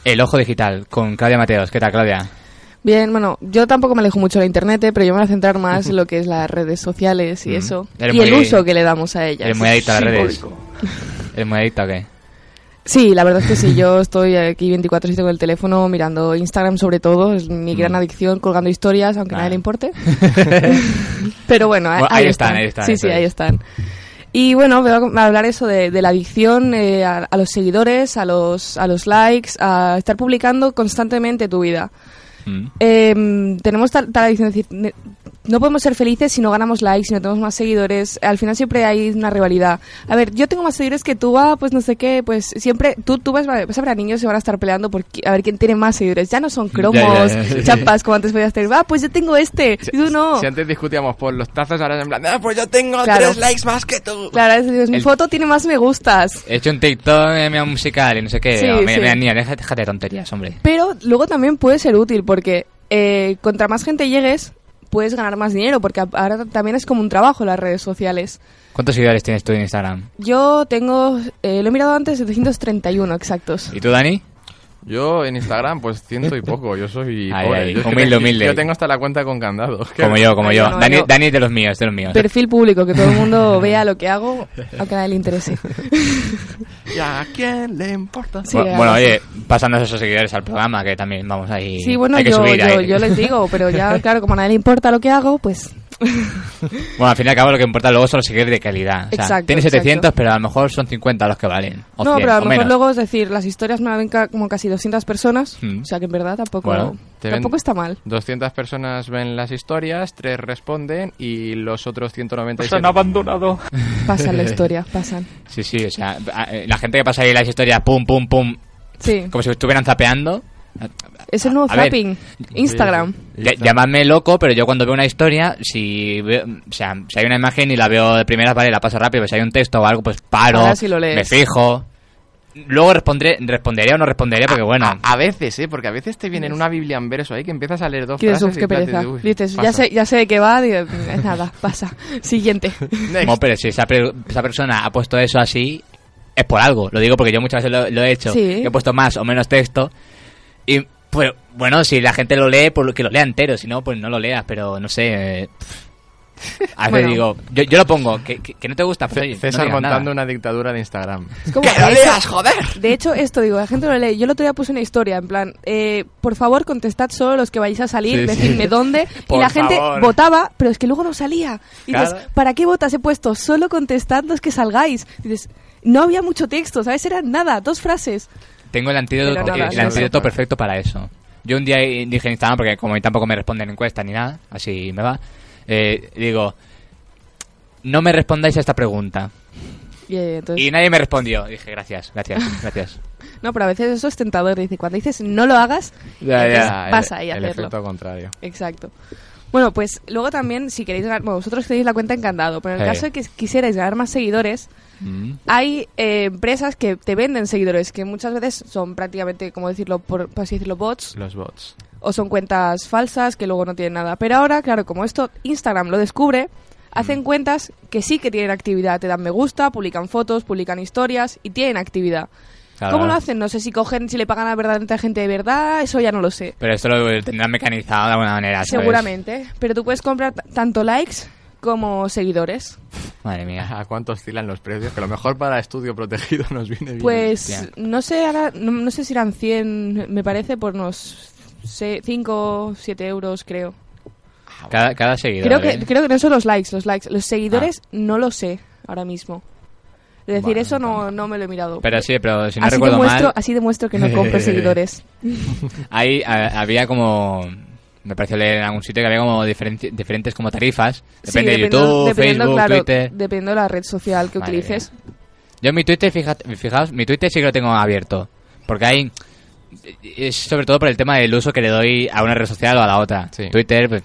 [SPEAKER 2] El ojo digital con Claudia Mateos. ¿Qué tal, Claudia?
[SPEAKER 4] Bien, bueno, yo tampoco me alejo mucho de la internet, eh, pero yo me voy a centrar más en lo que es las redes sociales y
[SPEAKER 2] Mm.
[SPEAKER 4] eso.
[SPEAKER 2] Eres
[SPEAKER 4] y el
[SPEAKER 2] muy-
[SPEAKER 4] uso que le damos a ellas.
[SPEAKER 2] ¿Eres muy adicta a las redes? ¿Eres muy adicta o qué?
[SPEAKER 4] Sí, la verdad es que sí, yo estoy aquí 24-7 con el teléfono mirando Instagram sobre todo, es mi
[SPEAKER 2] Mm.
[SPEAKER 4] gran adicción, colgando historias, aunque a
[SPEAKER 2] Claro.
[SPEAKER 4] nadie le importe. Pero bueno, a-
[SPEAKER 2] Bueno,
[SPEAKER 4] ahí,
[SPEAKER 2] ahí están, ahí están,
[SPEAKER 4] Sí,
[SPEAKER 2] eso
[SPEAKER 4] sí, ahí
[SPEAKER 2] es.
[SPEAKER 4] están. Y bueno, voy a hablar eso de, de la adicción eh, a, a los seguidores, a los, a los likes, a estar publicando constantemente tu vida.
[SPEAKER 2] Mm.
[SPEAKER 4] Eh, tenemos tal, tal adicción, es decir, ne- no podemos ser felices si no ganamos likes, si no tenemos más seguidores. Al final siempre hay una rivalidad. A ver, yo tengo más seguidores que tú, ah, pues no sé qué, pues siempre tú, tú vas, vas a ver a niños se van a estar peleando por qui- a ver quién tiene más seguidores. Ya no son cromos,
[SPEAKER 2] ya, ya.
[SPEAKER 4] chapas como antes podías tener. Va, pues yo tengo este, y tú no.
[SPEAKER 3] Si antes discutíamos por los tazos, ahora es en plan, "Ah, pues yo tengo
[SPEAKER 4] Claro.
[SPEAKER 3] tres likes más que tú.
[SPEAKER 4] Claro, es decir, mi
[SPEAKER 2] El-
[SPEAKER 4] foto tiene más me gustas.
[SPEAKER 2] He hecho un TikTok, eh, mira, un musical y no sé qué.
[SPEAKER 4] Sí,
[SPEAKER 2] Ah, mira,
[SPEAKER 4] sí.
[SPEAKER 2] mira, niña, deja- déjate de tonterías, hombre.
[SPEAKER 4] Pero luego también puede ser útil porque eh, contra más gente llegues, puedes ganar más dinero porque a- ahora también es como un trabajo las redes sociales.
[SPEAKER 2] ¿Cuántos seguidores tienes tú en Instagram?
[SPEAKER 4] Yo tengo, eh, lo he mirado antes, 731 exactos.
[SPEAKER 2] ¿Y tú, Dani?
[SPEAKER 3] Yo en Instagram, pues ciento y poco. Yo soy.
[SPEAKER 2] Ahí,
[SPEAKER 3] pobre.
[SPEAKER 2] ahí.
[SPEAKER 3] Yo es que
[SPEAKER 2] Humilde,
[SPEAKER 3] tengo-
[SPEAKER 2] humilde.
[SPEAKER 3] Yo tengo hasta la cuenta con candado.
[SPEAKER 2] Como yo, como
[SPEAKER 4] Ay,
[SPEAKER 2] yo.
[SPEAKER 4] no,
[SPEAKER 2] Dani,
[SPEAKER 4] yo-
[SPEAKER 2] Dani es de los míos, de los míos.
[SPEAKER 4] Perfil público, que todo el mundo vea lo que hago, aunque a nadie le interese.
[SPEAKER 3] ¿Y a quién le importa?
[SPEAKER 4] Sí,
[SPEAKER 2] Bu-
[SPEAKER 4] algo
[SPEAKER 2] bueno,
[SPEAKER 4] así.
[SPEAKER 2] oye, pasando esos seguidores al programa, que también vamos ahí.
[SPEAKER 4] Sí, bueno,
[SPEAKER 2] hay que
[SPEAKER 4] yo,
[SPEAKER 2] subir
[SPEAKER 4] yo,
[SPEAKER 2] ahí.
[SPEAKER 4] yo les digo, pero ya, claro, como a nadie le importa lo que hago, pues
[SPEAKER 2] Bueno, al fin y al cabo lo que importa luego son los seguidores de calidad. O sea,
[SPEAKER 4] Exacto,
[SPEAKER 2] tienes 700,
[SPEAKER 4] exacto.
[SPEAKER 2] pero a lo mejor son 50 los que valen. O
[SPEAKER 4] no,
[SPEAKER 2] 100,
[SPEAKER 4] pero a lo
[SPEAKER 2] o
[SPEAKER 4] mejor
[SPEAKER 2] menos.
[SPEAKER 4] luego, es decir, las historias me la ven ca- como casi 200 personas,
[SPEAKER 2] Mm.
[SPEAKER 4] o sea que en verdad tampoco,
[SPEAKER 2] Bueno,
[SPEAKER 3] te ven-
[SPEAKER 4] tampoco está mal.
[SPEAKER 3] 200 personas ven las historias, 3 responden y los otros 197.
[SPEAKER 2] abandonado.
[SPEAKER 4] Pasan la historia, pasan.
[SPEAKER 2] Sí, sí, o sea, a- eh, la gente que pasa ahí las historias, pum, pum, pum,
[SPEAKER 4] Sí,
[SPEAKER 2] como si estuvieran zapeando.
[SPEAKER 4] es el nuevo
[SPEAKER 2] a ver.
[SPEAKER 4] zapping, Instagram.
[SPEAKER 3] Y
[SPEAKER 2] Ya-
[SPEAKER 3] está.
[SPEAKER 2] Llamadme loco, pero yo cuando veo una historia, si veo- o sea, si hay una imagen y la veo de primeras, vale, la paso rápido, pero si hay un texto o algo, pues paro,
[SPEAKER 4] Ahora sí lo lees.
[SPEAKER 2] me fijo. Luego respondré, respondería o no respondería, porque bueno,
[SPEAKER 3] A, a veces, ¿eh? Porque a veces te viene una Biblia en verso ahí que empiezas a leer dos
[SPEAKER 4] Quieres
[SPEAKER 3] frases
[SPEAKER 4] uf,
[SPEAKER 3] y
[SPEAKER 4] qué
[SPEAKER 3] te haces,
[SPEAKER 4] pereza.
[SPEAKER 3] "Uy,
[SPEAKER 4] Dices, ya
[SPEAKER 3] pasa".
[SPEAKER 4] sé, ya sé de qué va, digo, nada, pasa. Siguiente.
[SPEAKER 3] Next.
[SPEAKER 2] no, pero si esa, per- esa persona ha puesto eso así, es por algo. Lo digo porque yo muchas veces lo, lo he hecho.
[SPEAKER 4] Sí.
[SPEAKER 2] que He puesto más o menos texto. Y pues bueno, si la gente lo lee, pues lo- que lo lea entero. Si no, pues no lo leas, pero no sé. eh, pff. A veces
[SPEAKER 4] Bueno.
[SPEAKER 2] digo, yo, yo lo pongo, que, que- que no te gusta. Pues,
[SPEAKER 3] Ce-
[SPEAKER 2] oye, no
[SPEAKER 3] César
[SPEAKER 2] digas nada.
[SPEAKER 3] montando una dictadura de Instagram.
[SPEAKER 4] Es como, de hecho- De hecho, esto digo, la gente lo lee. Yo el otro día puse una historia, en plan, eh, por favor, contestad solo los que vayáis a salir,
[SPEAKER 3] Sí, sí.
[SPEAKER 4] decidme dónde. y
[SPEAKER 3] Por
[SPEAKER 4] la gente
[SPEAKER 3] favor.
[SPEAKER 4] votaba, pero es que luego no salía. Y dices,
[SPEAKER 3] Claro.
[SPEAKER 4] ¿para qué votas he puesto? Solo contestad los que salgáis. Y dices, no había mucho texto, ¿sabes? Eran nada, dos frases.
[SPEAKER 2] Tengo el antídoto,
[SPEAKER 4] Pero no
[SPEAKER 2] el
[SPEAKER 4] lo haces.
[SPEAKER 2] antídoto perfecto para eso. Yo un día dije en Instagram, porque como a mí tampoco me responden encuestas ni nada, así me va, eh, digo, no me respondáis a esta pregunta.
[SPEAKER 4] Y, eh, entonces-
[SPEAKER 2] Y nadie me respondió. Dije, gracias, gracias, gracias.
[SPEAKER 4] no, pero a veces eso es tentador. Dice, cuando dices no lo hagas, entonces
[SPEAKER 3] Ah, el-
[SPEAKER 4] vas ahí a
[SPEAKER 3] el
[SPEAKER 4] hacerlo.
[SPEAKER 3] efecto contrario.
[SPEAKER 4] Exacto. Bueno, pues luego también, si queréis ganar, bueno, vosotros tenéis la cuenta encantado, pero en el
[SPEAKER 2] Sí.
[SPEAKER 4] caso de que quisierais ganar más seguidores,
[SPEAKER 2] Mm.
[SPEAKER 4] hay eh, empresas que te venden seguidores, que muchas veces son prácticamente, como decirlo, por, por así decirlo, bots,
[SPEAKER 3] Los bots.
[SPEAKER 4] o son cuentas falsas que luego no tienen nada. Pero ahora, claro, como esto Instagram lo descubre,
[SPEAKER 2] Mm.
[SPEAKER 4] hacen cuentas que sí que tienen actividad, te dan me gusta, publican fotos, publican historias y tienen actividad.
[SPEAKER 2] Claro.
[SPEAKER 4] ¿Cómo lo hacen? No sé si cogen, si le pagan a verdaderamente a gente de verdad, eso ya no lo sé.
[SPEAKER 2] Pero esto lo tendrán mecanizado de alguna manera. ¿sabes?
[SPEAKER 4] Seguramente. Pero tú puedes comprar t- tanto likes como seguidores.
[SPEAKER 2] Madre mía.
[SPEAKER 3] ¿A cuánto oscilan los precios? Que a lo mejor para estudio protegido nos viene bien.
[SPEAKER 4] Pues
[SPEAKER 2] Hostia.
[SPEAKER 4] no sé, ahora, no, no sé si eran 100, me parece, por unos 5, 7 euros, creo.
[SPEAKER 2] Cada, cada seguidor.
[SPEAKER 4] Creo
[SPEAKER 2] ¿eh? Ah.
[SPEAKER 4] que, creo que no son los likes, los likes. Los seguidores no lo sé ahora mismo. Es decir,
[SPEAKER 2] Bueno,
[SPEAKER 4] eso no, no me lo he mirado.
[SPEAKER 2] Pero sí, pero si no
[SPEAKER 4] así,
[SPEAKER 2] recuerdo
[SPEAKER 4] demuestro,
[SPEAKER 2] mal,
[SPEAKER 4] así demuestro que no compro seguidores.
[SPEAKER 2] ahí a- había como... Me pareció leer en algún sitio que había como diferenci- diferentes como tarifas.
[SPEAKER 4] Sí,
[SPEAKER 2] Depende de
[SPEAKER 4] dependiendo-
[SPEAKER 2] YouTube,
[SPEAKER 4] dependiendo,
[SPEAKER 2] Facebook,
[SPEAKER 4] claro,
[SPEAKER 2] Twitter...
[SPEAKER 4] Dependiendo de la red social que
[SPEAKER 2] Madre
[SPEAKER 4] utilices.
[SPEAKER 2] Yo en mi Twitter, fíjate, fijaos, mi Twitter sí que lo tengo abierto. Porque hay. Es sobre todo por el tema del uso que le doy a una red social o a la otra.
[SPEAKER 3] Sí.
[SPEAKER 2] Twitter, pues,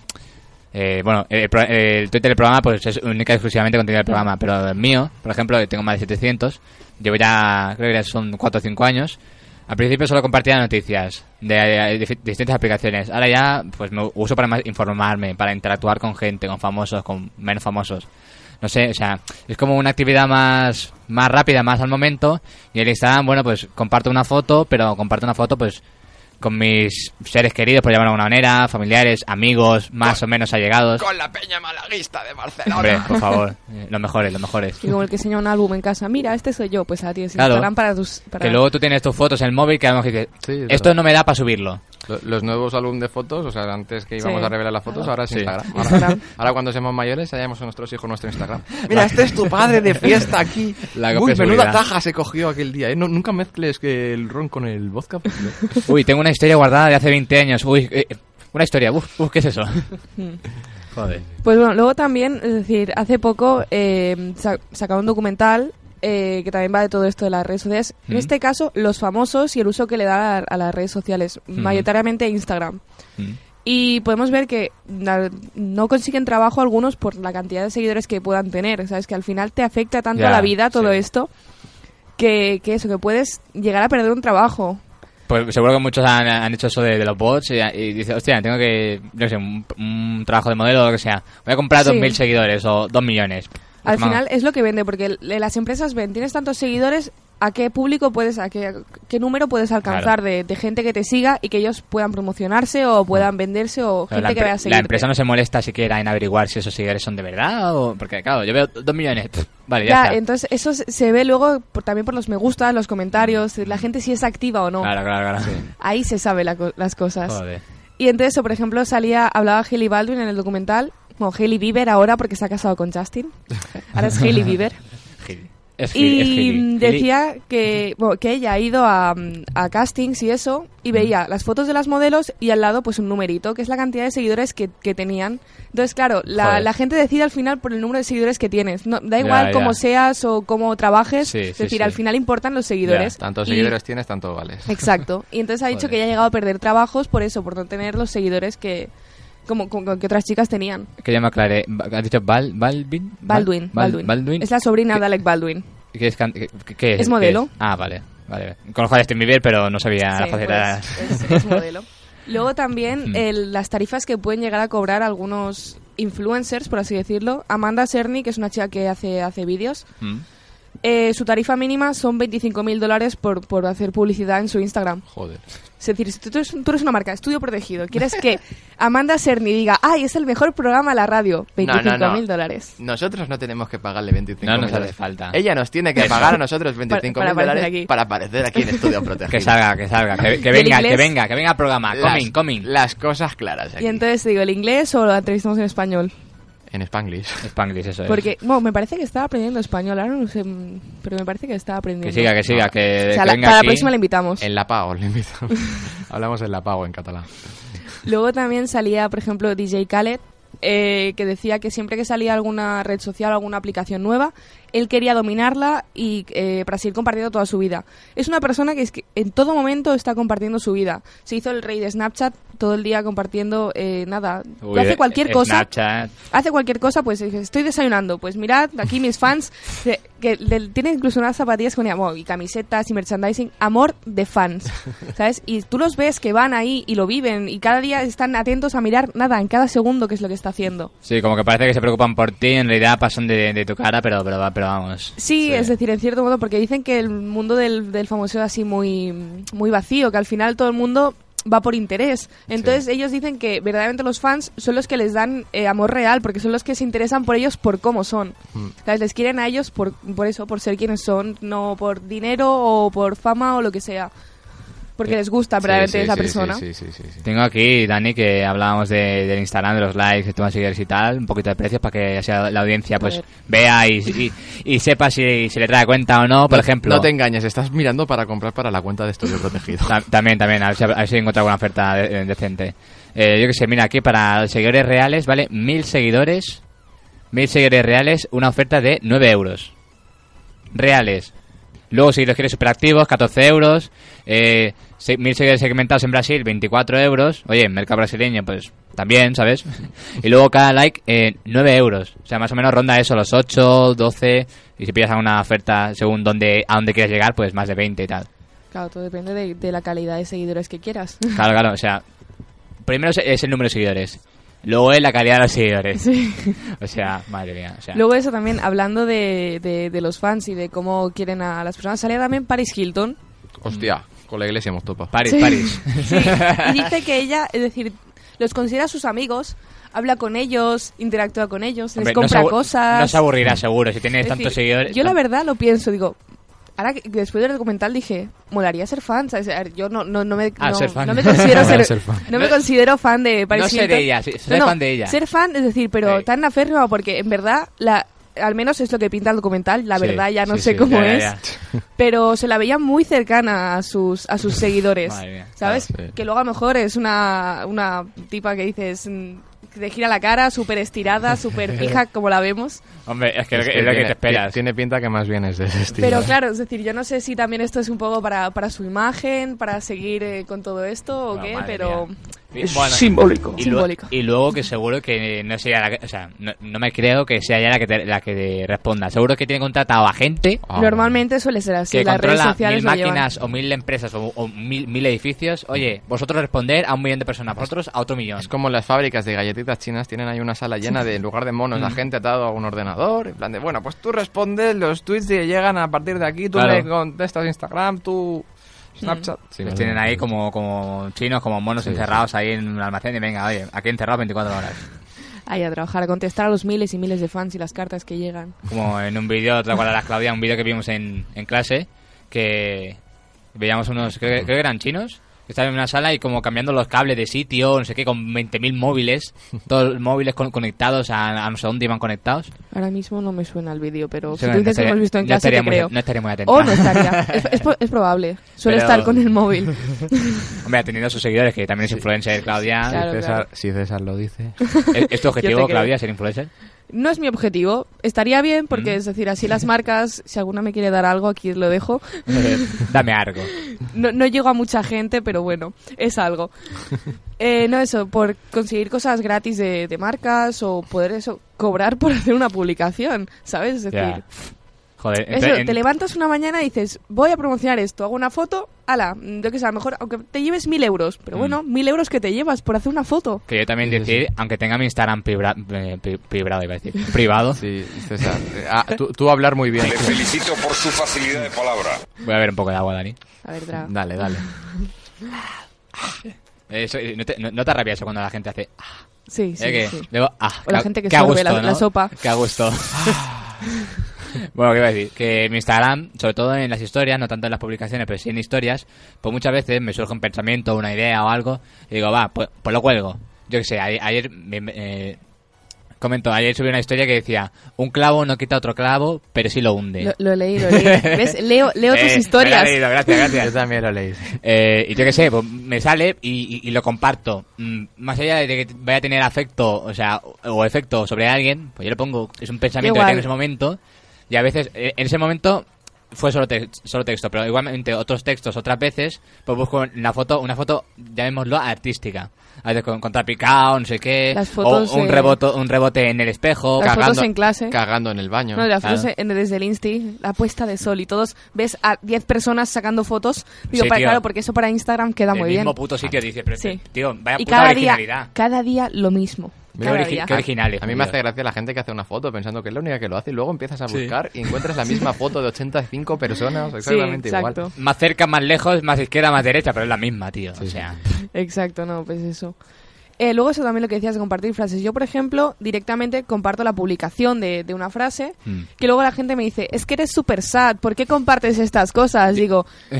[SPEAKER 2] eh, bueno, el, pro- el Twitter del programa pues es única y exclusivamente contenido del programa. Pero el mío, por ejemplo, que tengo más de 700. Llevo ya, creo que ya son 4 o 5 años. Al principio solo compartía noticias de, eh, dif- distintas aplicaciones. Ahora ya pues me uso para más informarme, para interactuar con gente, con famosos, con menos famosos. No sé, o sea, es como una actividad más, más rápida, más al momento. Y el Instagram, bueno, pues comparto una foto, pero comparto una foto pues con mis seres queridos, por llamarlo de alguna manera, familiares, amigos, más o menos allegados.
[SPEAKER 3] Con la peña malaguista de Barcelona.
[SPEAKER 2] Hombre, por favor, eh, los mejores, los mejores.
[SPEAKER 4] Y como el que enseña un álbum en casa, mira, este soy yo, pues ahora tienes
[SPEAKER 2] Claro.
[SPEAKER 4] Instagram para tus... Para...
[SPEAKER 2] Que luego tú tienes tus fotos en el móvil que a lo mejor dices,
[SPEAKER 3] Sí, es
[SPEAKER 2] esto
[SPEAKER 3] verdad.
[SPEAKER 2] no me da para subirlo.
[SPEAKER 3] Lo- Los nuevos álbumes de fotos, o sea, antes que íbamos
[SPEAKER 4] Sí.
[SPEAKER 3] a revelar las fotos, ahora es
[SPEAKER 2] Sí.
[SPEAKER 3] Instagram. Ahora,
[SPEAKER 4] Instagram.
[SPEAKER 3] ahora cuando seamos mayores, hallamos a nuestros hijos nuestro Instagram.
[SPEAKER 2] Mira,
[SPEAKER 3] este es tu padre de fiesta aquí.
[SPEAKER 2] La copia de seguridad.
[SPEAKER 3] se cogió aquel día. ¿eh? No- nunca mezcles que el ron con el vodka. porque no.
[SPEAKER 2] Uy, tengo una historia guardada de hace 20 años. Uy, eh, una historia, uf, uf, ¿qué es eso? Joder.
[SPEAKER 4] Pues bueno, luego también, es decir, hace poco eh, sa- sacaba un documental eh, que también va de todo esto de las redes sociales. En
[SPEAKER 2] Mm.
[SPEAKER 4] este caso, los famosos y el uso que le dan a, a las redes sociales, mayoritariamente Instagram.
[SPEAKER 2] Mm.
[SPEAKER 4] Y podemos ver que na- no consiguen trabajo algunos por la cantidad de seguidores que puedan tener. Sabes que al final te afecta tanto
[SPEAKER 2] Ya,
[SPEAKER 4] la vida todo
[SPEAKER 2] sí.
[SPEAKER 4] esto que, que eso, que puedes llegar a perder un trabajo.
[SPEAKER 2] Pues seguro que muchos han, han hecho eso de, de los bots y, y dice, hostia, tengo que, yo qué sé, un, un trabajo de modelo o lo que sea. Voy a comprar
[SPEAKER 4] Sí.
[SPEAKER 2] 2.000 seguidores o 2 millones.
[SPEAKER 4] Al
[SPEAKER 2] Pues,
[SPEAKER 4] final
[SPEAKER 2] vamos.
[SPEAKER 4] es lo que vende, porque el- las empresas ven, tienes tantos seguidores, a qué público puedes, a qué, a qué número puedes alcanzar
[SPEAKER 2] Claro.
[SPEAKER 4] de, de gente que te siga y que ellos puedan promocionarse o puedan venderse o
[SPEAKER 2] Claro, la,
[SPEAKER 4] gente que
[SPEAKER 2] empre-
[SPEAKER 4] vea
[SPEAKER 2] la
[SPEAKER 4] seguirte.
[SPEAKER 2] empresa no se molesta siquiera en averiguar si esos seguidores son de verdad o... Porque, claro, yo veo dos millones. pff, Vale, ya,
[SPEAKER 4] Ya,
[SPEAKER 2] está.
[SPEAKER 4] entonces eso se- se ve luego por- también por los me gustas, los comentarios, si la gente si es activa o no.
[SPEAKER 2] Claro, claro, claro.
[SPEAKER 4] Ahí se sabe la co- las cosas.
[SPEAKER 2] Joder.
[SPEAKER 4] Y entonces, por ejemplo, salía, hablaba Hailey Baldwin en el documental, bueno, Hailey Bieber ahora porque se ha casado con Justin. Ahora es Hailey Bieber.
[SPEAKER 2] Gil. Es Gil, es
[SPEAKER 4] Y
[SPEAKER 2] Gil.
[SPEAKER 4] mm,
[SPEAKER 2] Gil.
[SPEAKER 4] decía que, bueno, que ella ha ido a, mm, a castings y eso, y veía las fotos de las modelos y al lado pues un numerito, que es la cantidad de seguidores que, que tenían. Entonces, claro, la,
[SPEAKER 2] Joder.
[SPEAKER 4] la gente decide al final por el número de seguidores que tienes. No, da
[SPEAKER 2] Ya,
[SPEAKER 4] igual cómo
[SPEAKER 2] ya.
[SPEAKER 4] seas o cómo trabajes,
[SPEAKER 2] Sí,
[SPEAKER 4] es
[SPEAKER 2] sí,
[SPEAKER 4] decir,
[SPEAKER 2] sí.
[SPEAKER 4] al final importan los seguidores.
[SPEAKER 3] Tantos
[SPEAKER 4] Y-
[SPEAKER 3] seguidores tienes, tanto vales.
[SPEAKER 4] Exacto. Y entonces ha dicho
[SPEAKER 2] Joder.
[SPEAKER 4] que ya ha llegado a perder trabajos por eso, por no tener los seguidores que como, como- como que otras chicas tenían.
[SPEAKER 2] Que ya me aclaré. Ba- ¿Has dicho Bal, Balvin? Bal-
[SPEAKER 4] Baldwin.
[SPEAKER 2] Bal-
[SPEAKER 4] Baldwin.
[SPEAKER 2] Baldwin.
[SPEAKER 4] Es la sobrina
[SPEAKER 2] ¿Qué-
[SPEAKER 4] de Alec Baldwin.
[SPEAKER 2] ¿Qué es, can- qué- qué
[SPEAKER 4] Es modelo.
[SPEAKER 2] qué Ah, vale. Vale. Conozco a Justin Bieber, pero no sabía la
[SPEAKER 4] Sí,
[SPEAKER 2] faceta.
[SPEAKER 4] pues, es- es modelo. Luego también
[SPEAKER 2] Hmm.
[SPEAKER 4] el- las tarifas que pueden llegar a cobrar algunos influencers, por así decirlo. Amanda Cerny, que es una chica que hace, hace vídeos,
[SPEAKER 2] Mm.
[SPEAKER 4] eh, su tarifa mínima son 25 mil dólares por, por hacer publicidad en su Instagram.
[SPEAKER 3] Joder.
[SPEAKER 4] Es decir, si tú, tú eres, tú eres una marca, estudio protegido, quieres que Amanda Cerny diga, ay, es el mejor programa de la radio, 25 mil dólares.
[SPEAKER 3] Nosotros no tenemos que pagarle 25
[SPEAKER 2] No nos
[SPEAKER 3] mil
[SPEAKER 2] hace
[SPEAKER 3] dólares.
[SPEAKER 2] falta.
[SPEAKER 3] Ella nos tiene que pagar a nosotros 25 mil
[SPEAKER 4] para aparecer
[SPEAKER 3] dólares
[SPEAKER 4] aquí.
[SPEAKER 3] para aparecer aquí en Estudio Protegido.
[SPEAKER 2] Que salga, que salga. Que, que
[SPEAKER 4] Y el
[SPEAKER 2] venga, que
[SPEAKER 4] inglés.
[SPEAKER 2] venga, que venga al programa.
[SPEAKER 3] Las-
[SPEAKER 2] Coming, coming.
[SPEAKER 3] Las cosas claras aquí.
[SPEAKER 4] Y entonces digo, ¿el inglés o la entrevistamos en español?
[SPEAKER 3] En Spanglish.
[SPEAKER 2] Spanglish, eso ¿eh? es.
[SPEAKER 4] Porque, bueno, me parece que estaba aprendiendo español, ahora no sé, mm, pero me parece que estaba aprendiendo.
[SPEAKER 2] Que siga, que siga, que,
[SPEAKER 4] O sea,
[SPEAKER 2] que
[SPEAKER 4] la-
[SPEAKER 2] venga
[SPEAKER 4] para
[SPEAKER 2] aquí.
[SPEAKER 4] la próxima la invitamos.
[SPEAKER 3] En La Pau, le invitamos. Hablamos en La Pau en catalán.
[SPEAKER 4] Luego también salía, por ejemplo, DJ Khaled, eh, que decía que siempre que salía alguna red social o alguna aplicación nueva, él quería dominarla y eh, para seguir compartiendo toda su vida. Es una persona que, es que en todo momento está compartiendo su vida. Se hizo el rey de Snapchat todo el día compartiendo eh, nada.
[SPEAKER 2] Uy,
[SPEAKER 4] hace cualquier
[SPEAKER 2] eh,
[SPEAKER 4] cosa.
[SPEAKER 2] Snapchat.
[SPEAKER 4] Hace cualquier cosa, pues dice, estoy desayunando. Pues mirad, aquí mis fans, se- que le- tiene incluso unas zapatillas con amor y camisetas y merchandising, amor de fans. ¿Sabes? Y tú los ves que van ahí y lo viven y cada día están atentos a mirar nada, en cada segundo, qué es lo que está haciendo.
[SPEAKER 2] Sí, como que parece que se preocupan por ti, en realidad pasan de, de tu cara, pero, pero, va- pero vamos.
[SPEAKER 4] Sí, es decir, en cierto modo, porque dicen que el mundo del, del famoso es así muy, muy vacío, que al final todo el mundo va por interés. Entonces ellos dicen que verdaderamente los fans son los que les dan eh, amor real, porque son los que se interesan por ellos por cómo son.
[SPEAKER 3] Mm.
[SPEAKER 4] ¿Sabes? Les quieren a ellos por, por eso, por ser quienes son, no por dinero o por fama o lo que sea. Porque les gusta verdaderamente
[SPEAKER 3] Sí, sí,
[SPEAKER 4] esa
[SPEAKER 3] sí,
[SPEAKER 4] persona.
[SPEAKER 3] Sí, sí, sí, sí, sí.
[SPEAKER 2] Tengo aquí, Dani, que hablábamos de- del Instagram, de los likes, de temas seguidores y tal, un poquito de precios para que así la, la audiencia pues
[SPEAKER 4] ver.
[SPEAKER 2] vea y, y, y sepa si, si le trae cuenta o no, por
[SPEAKER 3] No-
[SPEAKER 2] ejemplo.
[SPEAKER 3] No te engañes, estás mirando para comprar para la cuenta de Estudio Protegido.
[SPEAKER 2] Ta- También, también, a ver si, a ver si encuentro alguna oferta de- de- decente. Eh, yo que sé, mira, aquí para los seguidores reales, ¿vale? Mil seguidores, mil seguidores reales, una oferta de 9 euros. Reales. Luego, si los quieres superactivos, 14 euros. Eh, se- mil seguidores segmentados en Brasil, 24 euros. Oye, en mercado brasileño, pues también, ¿sabes? y luego cada like, eh, 9 euros. O sea, más o menos ronda eso, los 8, 12. Y si pillas alguna oferta según donde, a dónde quieres llegar, pues más de 20 y tal.
[SPEAKER 4] Claro, todo depende de, de la calidad de seguidores que quieras.
[SPEAKER 2] Claro, claro, o sea, primero es- es el número de seguidores, luego es la calidad de los seguidores. O sea, madre mía, o sea,
[SPEAKER 4] Luego eso también, hablando de, de- de los fans y de cómo quieren a las personas, salía también Paris Hilton.
[SPEAKER 3] Hostia, con la iglesia hemos topado.
[SPEAKER 2] París,
[SPEAKER 4] Sí.
[SPEAKER 2] París.
[SPEAKER 4] Sí, y dice que ella, es decir, los considera sus amigos, habla con ellos, interactúa con ellos,
[SPEAKER 2] Hombre,
[SPEAKER 4] les
[SPEAKER 2] no se
[SPEAKER 4] compra
[SPEAKER 2] abu-
[SPEAKER 4] cosas.
[SPEAKER 2] No se aburrirá seguro si tienes
[SPEAKER 4] Es
[SPEAKER 2] tantos
[SPEAKER 4] decir,
[SPEAKER 2] seguidores. ah,
[SPEAKER 4] Yo la
[SPEAKER 2] tan-
[SPEAKER 4] verdad lo pienso, digo, ahora que después del documental dije, molaría ser fan, ¿sabes? A ver, yo no, no, no me,
[SPEAKER 2] Ah,
[SPEAKER 4] no,
[SPEAKER 2] ser fan.
[SPEAKER 4] no me considero
[SPEAKER 3] Molaría
[SPEAKER 4] ser,
[SPEAKER 3] ser fan.
[SPEAKER 4] no me considero fan de Paris
[SPEAKER 2] No ser
[SPEAKER 4] Hilton.
[SPEAKER 2] ella, sí, ser fan de ella.
[SPEAKER 4] Ser fan, es decir, pero
[SPEAKER 2] Sí.
[SPEAKER 4] tan aférrima porque en verdad la al menos es lo que pinta el documental, la
[SPEAKER 2] Sí,
[SPEAKER 4] verdad ya no
[SPEAKER 2] sí,
[SPEAKER 4] sé
[SPEAKER 2] sí,
[SPEAKER 4] cómo
[SPEAKER 2] ya, ya,
[SPEAKER 4] es
[SPEAKER 2] ya.
[SPEAKER 4] pero se la veía muy cercana a sus a sus seguidores,
[SPEAKER 2] Madre mía,
[SPEAKER 4] ¿sabes?
[SPEAKER 3] claro, sí.
[SPEAKER 4] Que luego a lo mejor es una, una tipa que dices mm, que te gira la cara, súper estirada, súper fija, como la vemos.
[SPEAKER 2] Hombre, es que,
[SPEAKER 3] Es que
[SPEAKER 2] es lo que
[SPEAKER 3] tiene-
[SPEAKER 2] te esperas.
[SPEAKER 3] Tiene pinta que más bien es de ese estilo.
[SPEAKER 4] Pero claro, es decir, yo no sé si también esto es un poco para, para su imagen, para seguir eh, con todo esto o
[SPEAKER 2] No,
[SPEAKER 4] qué,
[SPEAKER 2] madre
[SPEAKER 4] pero
[SPEAKER 2] mía.
[SPEAKER 4] Es
[SPEAKER 2] Bueno,
[SPEAKER 4] simbólico.
[SPEAKER 2] Y, lu-
[SPEAKER 4] simbólico.
[SPEAKER 2] y luego que seguro que no sería la que, o sea, no, no me creo que sea ella la que, te- la que te responda. Seguro que tiene contratado a gente
[SPEAKER 3] Ah,
[SPEAKER 4] Normalmente suele ser así.
[SPEAKER 2] que
[SPEAKER 4] Las redes
[SPEAKER 2] controla mil
[SPEAKER 4] sociales lo llevan.
[SPEAKER 2] máquinas o mil empresas o, o mil, mil edificios. Oye, vosotros responder a un millón de personas, vosotros a otro millón.
[SPEAKER 3] Es como las fábricas de galletitas chinas tienen ahí una sala llena de en lugar de monos,
[SPEAKER 2] Mm.
[SPEAKER 3] la gente atado a un ordenador, en plan de, bueno, pues tú respondes los tweets que llegan a partir de aquí, tú
[SPEAKER 2] Claro.
[SPEAKER 3] le contestas Instagram, tú Snapchat.
[SPEAKER 4] Mm.
[SPEAKER 2] Sí, Los tienen ahí como, como chinos, como monos encerrados ahí en un almacén y venga, oye, aquí encerrados 24 horas.
[SPEAKER 4] Ahí a trabajar, a contestar a los miles y miles de fans y las cartas que llegan.
[SPEAKER 2] Como en un vídeo, te acuerdas, Claudia, un vídeo que vimos en, en clase, que veíamos unos, creo, que- creo que eran chinos, que estaban en una sala y como cambiando los cables de sitio, no sé qué, con 20.000 móviles, todos los móviles con- conectados a, a no sé dónde iban conectados.
[SPEAKER 4] Ahora mismo no me suena el vídeo, pero
[SPEAKER 2] Sí,
[SPEAKER 4] si
[SPEAKER 2] no
[SPEAKER 4] tú dices que
[SPEAKER 2] estaría-
[SPEAKER 4] lo hemos visto en
[SPEAKER 2] no
[SPEAKER 4] clase,
[SPEAKER 2] estaría
[SPEAKER 4] te
[SPEAKER 2] muy-
[SPEAKER 4] creo.
[SPEAKER 2] no estaría muy atenta.
[SPEAKER 4] O no estaría. Es, es po- es probable. Suele
[SPEAKER 2] Pero-
[SPEAKER 4] estar con el móvil.
[SPEAKER 2] Hombre, teniendo sus seguidores, que también es influencer, Claudia.
[SPEAKER 4] Claro,
[SPEAKER 3] César,
[SPEAKER 4] claro.
[SPEAKER 3] Si César lo dice.
[SPEAKER 2] ¿Es, es tu
[SPEAKER 4] Yo
[SPEAKER 2] objetivo,
[SPEAKER 4] te creo.
[SPEAKER 2] Claudia, ser influencer?
[SPEAKER 4] No es mi objetivo. Estaría bien porque,
[SPEAKER 2] Mm.
[SPEAKER 4] es decir, así las marcas, si alguna me quiere dar algo, aquí lo dejo.
[SPEAKER 2] Dame algo.
[SPEAKER 4] No, no llego a mucha gente, pero bueno, es algo. Eh, no, eso, por conseguir cosas gratis de, de marcas o poder eso, cobrar por hacer una publicación, ¿sabes? Es decir,
[SPEAKER 2] Ya. Joder,
[SPEAKER 4] eso,
[SPEAKER 2] entre- en-
[SPEAKER 4] te levantas una mañana y dices, voy a promocionar esto, hago una foto, ala, mm, yo que sé, a lo mejor, aunque te lleves mil euros, pero
[SPEAKER 2] Mm.
[SPEAKER 4] bueno, mil euros que te llevas por hacer una foto.
[SPEAKER 2] que yo también
[SPEAKER 3] Sí, sí,
[SPEAKER 2] decir, aunque tenga mi Instagram pibra- eh, pi- pibrado, iba a decir, privado,
[SPEAKER 3] Sí, César. eh, ah, tú, tú hablar muy bien.
[SPEAKER 10] felicito por su facilidad de palabra.
[SPEAKER 2] voy a ver un poco de agua, Dani.
[SPEAKER 4] A ver, Dra.
[SPEAKER 3] Dale, dale.
[SPEAKER 2] Eso, eh, no, te, no- no te arrabia eso cuando la gente hace... ah,
[SPEAKER 4] Sí, sí,
[SPEAKER 2] eh, que,
[SPEAKER 4] sí.
[SPEAKER 2] luego, ah,
[SPEAKER 4] O la
[SPEAKER 2] qué-
[SPEAKER 4] gente que
[SPEAKER 2] qué a
[SPEAKER 4] sorbe la-
[SPEAKER 2] gusto, ¿no?
[SPEAKER 4] la sopa.
[SPEAKER 2] Qué a gusto. bueno, ¿qué iba a decir? Que mi Instagram, sobre todo en las historias, no tanto en las publicaciones, pero sí en historias, pues muchas veces me surge un pensamiento, una idea o algo, y digo, va, pues, pues lo cuelgo. Yo qué sé, ayer, ayer me- me- eh, comento, ayer subí una historia que decía, un clavo no quita otro clavo, pero sí lo hunde.
[SPEAKER 4] Lo, lo leí, lo leí. ¿Ves? Leo, leo tus
[SPEAKER 2] Eh,
[SPEAKER 4] historias.
[SPEAKER 2] me lo he leído, gracias, gracias.
[SPEAKER 3] Yo también lo leí. sí.
[SPEAKER 2] Eh, y yo qué sé, pues me sale y, y- y lo comparto. Mm, Más allá de que vaya a tener afecto, o sea, o- o efecto sobre alguien, pues yo le pongo, es un pensamiento que
[SPEAKER 4] Igual.
[SPEAKER 2] tengo en ese momento. Y a veces, eh, en ese momento fue solo, te- solo texto, pero igualmente otros textos, otras veces, pues busco una foto, una foto, llamémoslo artística. A veces con, contrapicado, no sé qué.
[SPEAKER 4] Las fotos,
[SPEAKER 2] o un,
[SPEAKER 4] eh,
[SPEAKER 2] reboto, un rebote en el espejo.
[SPEAKER 4] Las
[SPEAKER 3] Cagando-
[SPEAKER 4] fotos en clase.
[SPEAKER 3] Cagando en el baño.
[SPEAKER 4] No, las
[SPEAKER 2] Claro.
[SPEAKER 4] fotos en- desde el Insti, la puesta de sol y todos ves a 10 personas sacando fotos. Digo,
[SPEAKER 2] Sí,
[SPEAKER 4] para-
[SPEAKER 2] tío.
[SPEAKER 4] claro, porque eso para Instagram queda
[SPEAKER 2] del
[SPEAKER 4] muy bien.
[SPEAKER 2] mismo puto sitio dice, pero
[SPEAKER 4] Sí.
[SPEAKER 2] tío, vaya
[SPEAKER 4] y
[SPEAKER 2] puta
[SPEAKER 4] cada día,
[SPEAKER 2] originalidad.
[SPEAKER 4] cada día lo mismo.
[SPEAKER 2] Qué
[SPEAKER 4] Cada
[SPEAKER 2] origi-
[SPEAKER 4] día.
[SPEAKER 2] qué originales.
[SPEAKER 3] A mí me
[SPEAKER 2] tío.
[SPEAKER 3] hace gracia la gente que hace una foto pensando que es la única que lo hace y luego empiezas a buscar y encuentras la misma foto de 85 personas
[SPEAKER 4] Sí,
[SPEAKER 3] exactamente igual.
[SPEAKER 4] exacto.
[SPEAKER 2] Más cerca, más lejos, más izquierda, más derecha, pero es la misma, tío. o sea,
[SPEAKER 4] Exacto, no, pues eso. Eh, luego eso también lo que decías de compartir frases. Yo, por ejemplo, directamente comparto la publicación de, de una frase
[SPEAKER 2] Mm.
[SPEAKER 4] que luego la gente me dice, es que eres súper sad, ¿por qué compartes estas cosas? Digo,
[SPEAKER 2] eh.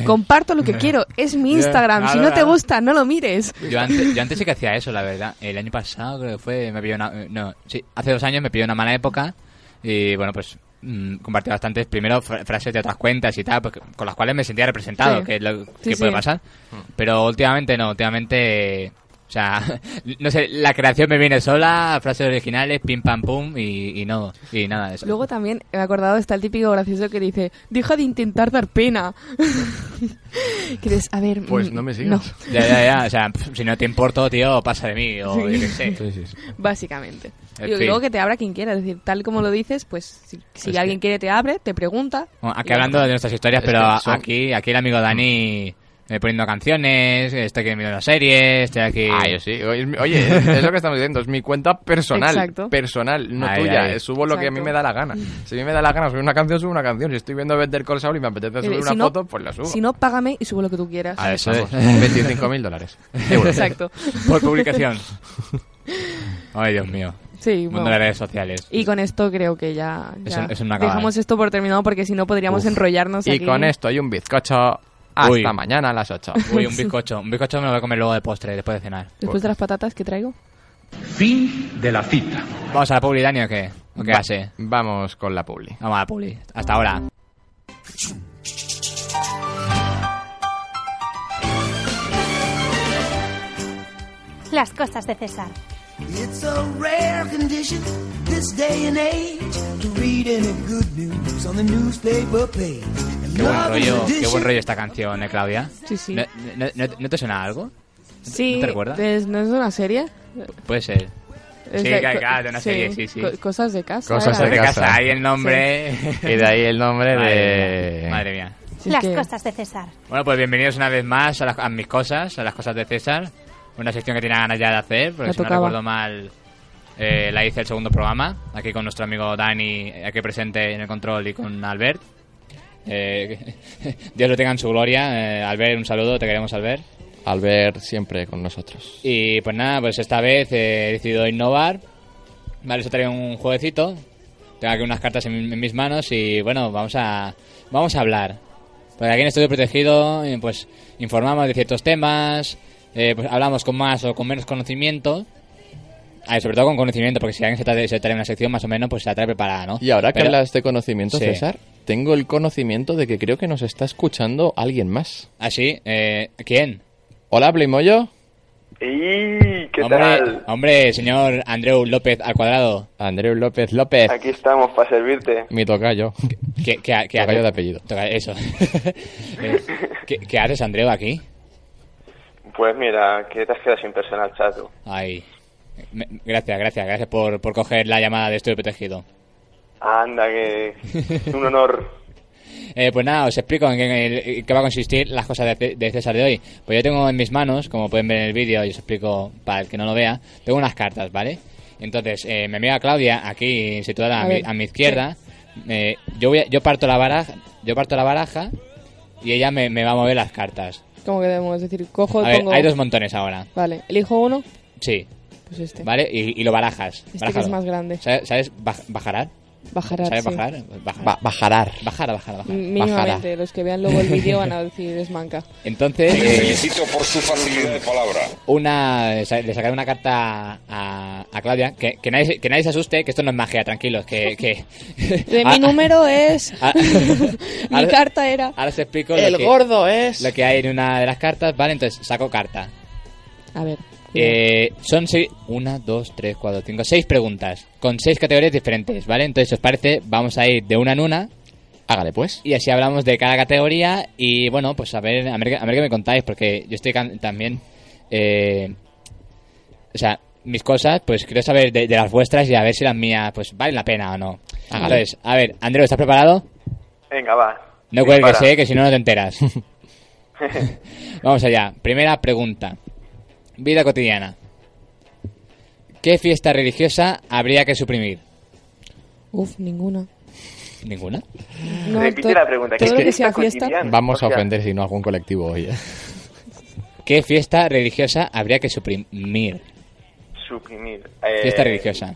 [SPEAKER 4] comparto lo que quiero, es mi Instagram, si no te gusta, no lo mires.
[SPEAKER 2] yo, antes, yo antes sí que hacía eso, la verdad. El año pasado creo que fue, me pilló una... eh, No, sí, hace dos años me pilló una mala época y bueno, pues mm, compartí bastantes, primero fra- frases de otras cuentas y tal, pues, con las cuales me sentía representado,
[SPEAKER 4] Sí.
[SPEAKER 2] que es lo que
[SPEAKER 4] Sí,
[SPEAKER 2] puede
[SPEAKER 4] sí.
[SPEAKER 2] pasar. Pero últimamente no, últimamente... eh, O sea, no sé, la creación me viene sola, frases originales, pim pam pum y, y no, y nada de eso.
[SPEAKER 4] Luego también me he acordado, está el típico gracioso que dice, deja de intentar dar pena. que dices, a ver...
[SPEAKER 3] Pues
[SPEAKER 4] mm,
[SPEAKER 3] no me sigas.
[SPEAKER 2] Ya, ya, ya, o sea, pf, si no te importo, tío, pasa de mí, o yo qué sé.
[SPEAKER 4] no, básicamente.
[SPEAKER 2] En
[SPEAKER 4] Digo, y
[SPEAKER 2] fin.
[SPEAKER 4] luego que te abra quien quiera, es decir, tal como lo dices, pues si, si
[SPEAKER 2] Es
[SPEAKER 4] alguien
[SPEAKER 2] que-
[SPEAKER 4] quiere te abre, te pregunta.
[SPEAKER 2] Bueno, aquí
[SPEAKER 4] y-
[SPEAKER 2] hablando de nuestras historias,
[SPEAKER 3] Es
[SPEAKER 2] pero
[SPEAKER 3] que son-
[SPEAKER 2] aquí, aquí el amigo Dani eh, poniendo canciones, estoy aquí viendo las series, estoy aquí...
[SPEAKER 4] Eh,
[SPEAKER 3] Ah, yo sí. Oye, oye, es, es lo que estamos diciendo, es mi cuenta personal.
[SPEAKER 4] Exacto.
[SPEAKER 3] Personal, no
[SPEAKER 2] Ahí,
[SPEAKER 3] tuya.
[SPEAKER 2] ahí.
[SPEAKER 3] Eh, Subo lo que a mí
[SPEAKER 4] Exacto.
[SPEAKER 3] me da la gana. Si a mí me da la gana subir una canción, subo una canción. Si estoy viendo Better Call Saul y me apetece subir
[SPEAKER 4] Eh,
[SPEAKER 3] una
[SPEAKER 4] si no-
[SPEAKER 3] foto, pues la subo.
[SPEAKER 4] Si no, págame y subo lo que tú quieras.
[SPEAKER 2] Ah, eso es.
[SPEAKER 3] 25 mil dólares.
[SPEAKER 4] Exacto.
[SPEAKER 2] Por publicación. Ay, Dios mío.
[SPEAKER 4] Sí,
[SPEAKER 2] Mundo
[SPEAKER 4] bueno.
[SPEAKER 2] de las redes sociales.
[SPEAKER 4] Y con esto creo que ya,
[SPEAKER 2] Es
[SPEAKER 4] ya
[SPEAKER 2] un- es una
[SPEAKER 4] dejamos
[SPEAKER 2] cagada.
[SPEAKER 4] esto por terminado porque si no podríamos enrollarnos
[SPEAKER 3] Y
[SPEAKER 4] aquí.
[SPEAKER 3] con esto y un bizcocho. Hasta
[SPEAKER 2] Uy.
[SPEAKER 3] mañana a las 8.
[SPEAKER 2] Uy, un bizcocho. Un bizcocho me lo voy a comer luego de postre, después de cenar.
[SPEAKER 4] Después de las patatas que traigo.
[SPEAKER 10] Fin de la cita.
[SPEAKER 2] ¿Vamos a la publi, Dani, o qué? ¿O qué
[SPEAKER 3] Va-
[SPEAKER 2] hace?
[SPEAKER 3] Vamos con la publi.
[SPEAKER 2] Vamos a la publi. Hasta ahora.
[SPEAKER 5] Las cosas de César.
[SPEAKER 9] It's a rare condition this day and age to read any good news on the newspaper page.
[SPEAKER 2] Qué buen rollo, qué buen rollo esta canción, ¿eh, Claudia?
[SPEAKER 4] Sí, sí.
[SPEAKER 2] ¿No, no- no- no te suena algo?
[SPEAKER 4] Sí,
[SPEAKER 2] ¿No te recuerdas?
[SPEAKER 4] es- ¿No es de una serie?
[SPEAKER 2] Puede ser.
[SPEAKER 4] Es
[SPEAKER 2] Sí, claro,
[SPEAKER 4] co-
[SPEAKER 2] claro, de una serie, sí, sí.
[SPEAKER 4] co- cosas de casa.
[SPEAKER 3] Cosas
[SPEAKER 4] era.
[SPEAKER 2] De
[SPEAKER 3] De
[SPEAKER 2] casa,
[SPEAKER 3] casa.
[SPEAKER 2] ahí el nombre.
[SPEAKER 3] Y de ahí el nombre
[SPEAKER 2] Madre
[SPEAKER 3] de...
[SPEAKER 2] mía, Madre mía.
[SPEAKER 4] Así
[SPEAKER 5] Las
[SPEAKER 4] que-
[SPEAKER 5] cosas de César.
[SPEAKER 2] Bueno, pues bienvenidos una vez más a, las- a mis cosas, a las cosas de César. Una sección que tiene ganas ya de hacer, porque
[SPEAKER 4] La
[SPEAKER 2] si no
[SPEAKER 4] tocaba.
[SPEAKER 2] recuerdo mal, eh, la hice el segundo programa, aquí con nuestro amigo Dani, eh, aquí presente en el control, y con Albert. Eh, Dios lo tenga en su gloria. Eh, Albert, un saludo, te queremos, Albert.
[SPEAKER 3] Albert siempre con nosotros.
[SPEAKER 2] Y pues nada, pues esta vez eh, he decidido innovar. Vale, os traigo un jueguecito. Tengo aquí unas cartas en, en mis manos y bueno, vamos a vamos a hablar. Porque aquí en Estudio Protegido eh, pues informamos de ciertos temas, eh, pues hablamos con más o con menos conocimiento. A ver, sobre todo con conocimiento, porque si alguien se trae, se trae una sección más o menos, pues se la trae preparada, ¿no?
[SPEAKER 3] Y ahora que
[SPEAKER 2] Pero-
[SPEAKER 3] hablas de conocimiento,
[SPEAKER 2] Sí.
[SPEAKER 3] César, tengo el conocimiento de que creo que nos está escuchando alguien más.
[SPEAKER 2] Así, eh, ¿quién?
[SPEAKER 3] Hola, Playmoyo.
[SPEAKER 11] ¡Y qué
[SPEAKER 2] hombre,
[SPEAKER 11] tal!
[SPEAKER 2] hombre, señor Andreu López al cuadrado.
[SPEAKER 3] Andreu López López.
[SPEAKER 11] Aquí estamos para servirte.
[SPEAKER 3] Mi tocayo.
[SPEAKER 2] ¿Qué, qué, qué
[SPEAKER 3] Tocayo
[SPEAKER 2] haces?
[SPEAKER 3] de apellido.
[SPEAKER 2] Toca- Eso. Eh, ¿Qué, qué haces, Andreu, aquí?
[SPEAKER 11] Pues mira, que te has quedado sin personal, chato.
[SPEAKER 2] Ay. Me- gracias, gracias, gracias por, por coger la llamada de Estudio Protegido.
[SPEAKER 11] Anda, que es un honor.
[SPEAKER 2] Eh, pues nada, os explico en qué, en qué va a consistir las cosas de, Ce- de César de hoy. Pues yo tengo en mis manos, como pueden ver en el vídeo, y os explico para el que no lo vea, tengo unas cartas, ¿vale? Entonces, eh, mi amiga Claudia, aquí situada a,
[SPEAKER 4] A
[SPEAKER 2] mi,
[SPEAKER 4] ver,
[SPEAKER 2] a mi izquierda, eh, yo, voy a- yo, parto la baraja, yo parto la baraja y ella me, me va a mover las cartas.
[SPEAKER 4] Como que debemos decir, cojo,
[SPEAKER 2] A ver,
[SPEAKER 4] Pues pongo...
[SPEAKER 2] hay dos montones ahora.
[SPEAKER 4] Vale, elijo uno,
[SPEAKER 2] Sí,
[SPEAKER 4] pues este.
[SPEAKER 2] ¿Vale? Y, y lo barajas.
[SPEAKER 4] Este
[SPEAKER 2] barájalo.
[SPEAKER 4] que es más grande.
[SPEAKER 2] ¿Sabes, sabes baj- bajarar?
[SPEAKER 4] Bajará,
[SPEAKER 2] ¿Sabes
[SPEAKER 4] sí.
[SPEAKER 2] bajarar? Bajar.
[SPEAKER 3] Ba- bajarar.
[SPEAKER 2] bajar, bajar, bajar.
[SPEAKER 4] M- Mínimamente, los que vean luego el vídeo van a decir, es manca.
[SPEAKER 2] Entonces, eh,
[SPEAKER 10] Felicito por su facilidad de palabra.
[SPEAKER 2] una, sa- le sacaré una carta a, a Claudia. Que, que nadie, se- que nadie se asuste, que esto no es magia, tranquilos. Que, que...
[SPEAKER 4] De
[SPEAKER 2] Ah,
[SPEAKER 4] mi número es...
[SPEAKER 2] ah,
[SPEAKER 4] mi
[SPEAKER 2] ahora-
[SPEAKER 4] carta era...
[SPEAKER 2] Ahora os explico lo,
[SPEAKER 3] El
[SPEAKER 2] que,
[SPEAKER 3] gordo es...
[SPEAKER 2] lo que hay en una de las cartas, ¿vale? Entonces, saco carta.
[SPEAKER 4] A ver.
[SPEAKER 2] Eh, son seis, una, dos, tres, cuatro, cinco, seis preguntas con seis categorías diferentes, ¿vale? Entonces, si ¿os parece? Vamos a ir de una en una
[SPEAKER 3] Hágale, pues.
[SPEAKER 2] Y así hablamos de cada categoría y bueno, pues a ver, a ver, a ver qué me contáis, porque yo estoy can- también... eh, o sea, mis cosas, pues quiero saber de, de las vuestras y a ver si las mías pues valen la pena o no.
[SPEAKER 3] Hágale.
[SPEAKER 2] Entonces, a ver, Andreu, ¿estás preparado?
[SPEAKER 11] Venga, va.
[SPEAKER 2] No
[SPEAKER 11] Dispara.
[SPEAKER 2] cuelgues, eh, que si no, no te enteras. Vamos allá. Primera pregunta. Vida cotidiana. ¿Qué fiesta religiosa habría que suprimir?
[SPEAKER 4] Uf, ninguna.
[SPEAKER 2] ¿Ninguna?
[SPEAKER 4] No,
[SPEAKER 11] Repite
[SPEAKER 4] to-
[SPEAKER 11] la pregunta. ¿qué
[SPEAKER 4] Todo lo que
[SPEAKER 11] fiesta
[SPEAKER 4] sea fiesta...
[SPEAKER 11] cotidiana?
[SPEAKER 3] Vamos a
[SPEAKER 11] O sea,
[SPEAKER 3] ofender si no algún colectivo hoy. ¿eh?
[SPEAKER 2] ¿Qué fiesta religiosa habría que suprimir?
[SPEAKER 11] Suprimir. Eh,
[SPEAKER 2] Fiesta religiosa.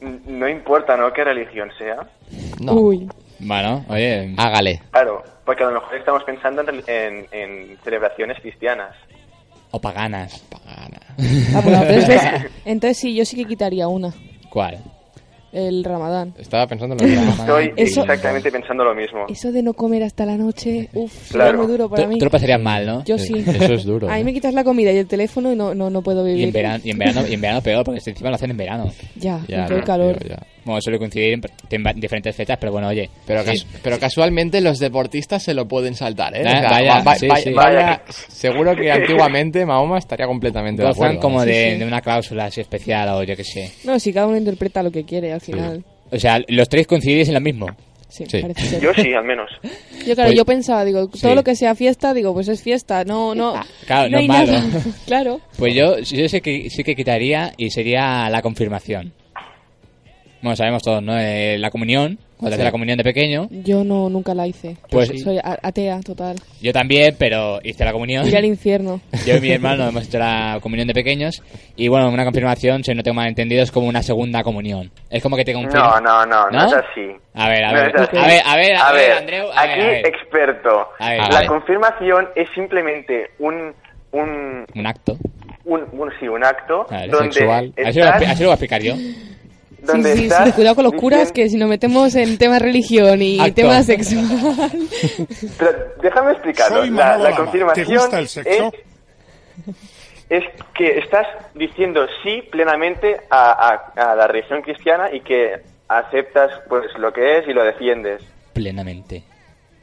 [SPEAKER 11] n- No importa, ¿no? Qué religión sea.
[SPEAKER 3] No.
[SPEAKER 4] Uy,
[SPEAKER 2] Bueno, oye,
[SPEAKER 3] Hágale.
[SPEAKER 11] Claro, porque a lo mejor estamos pensando en, rel- en- en celebraciones cristianas.
[SPEAKER 2] o paganas.
[SPEAKER 3] Pagana.
[SPEAKER 4] ah, bueno, entonces, entonces sí, yo sí que quitaría una.
[SPEAKER 2] ¿Cuál?
[SPEAKER 4] El ramadán.
[SPEAKER 3] Estaba pensando en lo que era.
[SPEAKER 11] Estoy
[SPEAKER 4] Eso-
[SPEAKER 11] exactamente pensando lo mismo.
[SPEAKER 4] Eso de no comer hasta la noche, uf, será
[SPEAKER 11] Claro.
[SPEAKER 4] muy duro
[SPEAKER 2] Tú,
[SPEAKER 4] para mí.
[SPEAKER 2] tú lo pasarías mal, ¿no?
[SPEAKER 4] Yo sí.
[SPEAKER 3] Eso es duro.
[SPEAKER 4] Ahí
[SPEAKER 3] ¿eh?
[SPEAKER 4] me quitas la comida y el teléfono y no, no, no puedo vivir.
[SPEAKER 2] Y en, verano, y, en verano, y en verano peor, porque encima lo hacen en verano.
[SPEAKER 4] Ya,
[SPEAKER 3] Ya,
[SPEAKER 4] con todo el
[SPEAKER 3] no,
[SPEAKER 4] calor.
[SPEAKER 3] tío, ya.
[SPEAKER 2] Bueno, suele coincidir en, en va- diferentes fechas, pero bueno, oye.
[SPEAKER 3] Pero,
[SPEAKER 2] sí.
[SPEAKER 3] cas- pero casualmente los deportistas se lo pueden saltar, ¿eh?
[SPEAKER 2] Va- vaya, sí, sí.
[SPEAKER 3] vaya- seguro que antiguamente Mahoma estaría completamente de
[SPEAKER 2] Gozan
[SPEAKER 3] acuerdo.
[SPEAKER 2] como
[SPEAKER 3] ¿eh?
[SPEAKER 2] de,
[SPEAKER 4] sí.
[SPEAKER 2] de una cláusula así especial o yo qué sé.
[SPEAKER 4] No, si cada uno interpreta lo que quiere al final.
[SPEAKER 2] O sea, los tres coincidís en lo mismo.
[SPEAKER 4] Sí,
[SPEAKER 3] Sí.
[SPEAKER 4] parece ser.
[SPEAKER 11] Yo sí, al menos.
[SPEAKER 4] Yo, claro,
[SPEAKER 2] Pues-
[SPEAKER 4] yo pensaba, digo,
[SPEAKER 2] Sí.
[SPEAKER 4] todo lo que sea fiesta, digo, pues es fiesta. No, no.
[SPEAKER 2] claro, no
[SPEAKER 4] hay
[SPEAKER 2] es malo.
[SPEAKER 4] nada. claro.
[SPEAKER 2] Pues yo, yo sé que sí que quitaría y sería la confirmación. Bueno, sabemos todos, ¿no? Eh, la comunión, cuando
[SPEAKER 3] Sí.
[SPEAKER 2] hace la comunión de pequeño.
[SPEAKER 4] Yo no, nunca la hice.
[SPEAKER 2] Pues-
[SPEAKER 4] Soy a- atea, total.
[SPEAKER 2] Yo también, pero hice la comunión.
[SPEAKER 4] Ir al infierno.
[SPEAKER 2] Yo y mi hermano hemos hecho la comunión de pequeños y bueno, una confirmación, si no tengo mal entendido, es como una segunda comunión. Es como que te
[SPEAKER 11] No,
[SPEAKER 2] confirman.
[SPEAKER 11] no, no, no,
[SPEAKER 2] ¿No?
[SPEAKER 11] es así.
[SPEAKER 2] A ver, a
[SPEAKER 11] No
[SPEAKER 2] ver,
[SPEAKER 11] es así.
[SPEAKER 2] a ver, a ver, a ver, Andreu, a
[SPEAKER 11] aquí
[SPEAKER 2] ver, a ver.
[SPEAKER 11] experto.
[SPEAKER 2] A ver,
[SPEAKER 11] la
[SPEAKER 2] vale.
[SPEAKER 11] confirmación es simplemente un un,
[SPEAKER 2] Un acto.
[SPEAKER 11] un, un- sí, un acto
[SPEAKER 2] Vale,
[SPEAKER 11] donde
[SPEAKER 3] sexual.
[SPEAKER 2] Así lo, voy a expli-
[SPEAKER 11] estás,
[SPEAKER 2] así lo voy a explicar yo.
[SPEAKER 11] donde
[SPEAKER 4] sí, sí,
[SPEAKER 11] estás
[SPEAKER 4] sí, cuidado con los curas,
[SPEAKER 11] diciendo-
[SPEAKER 4] que si nos metemos en tema religión y
[SPEAKER 2] Acto.
[SPEAKER 4] tema sexual.
[SPEAKER 11] Pero déjame explicarlo.
[SPEAKER 10] Soy
[SPEAKER 11] La,
[SPEAKER 10] Manolo
[SPEAKER 11] la
[SPEAKER 10] Lama.
[SPEAKER 11] confirmación
[SPEAKER 10] ¿Te gusta el sexo?
[SPEAKER 11] Es, es que estás diciendo sí plenamente a, a- a la religión cristiana y que aceptas pues lo que es y lo defiendes
[SPEAKER 2] Plenamente.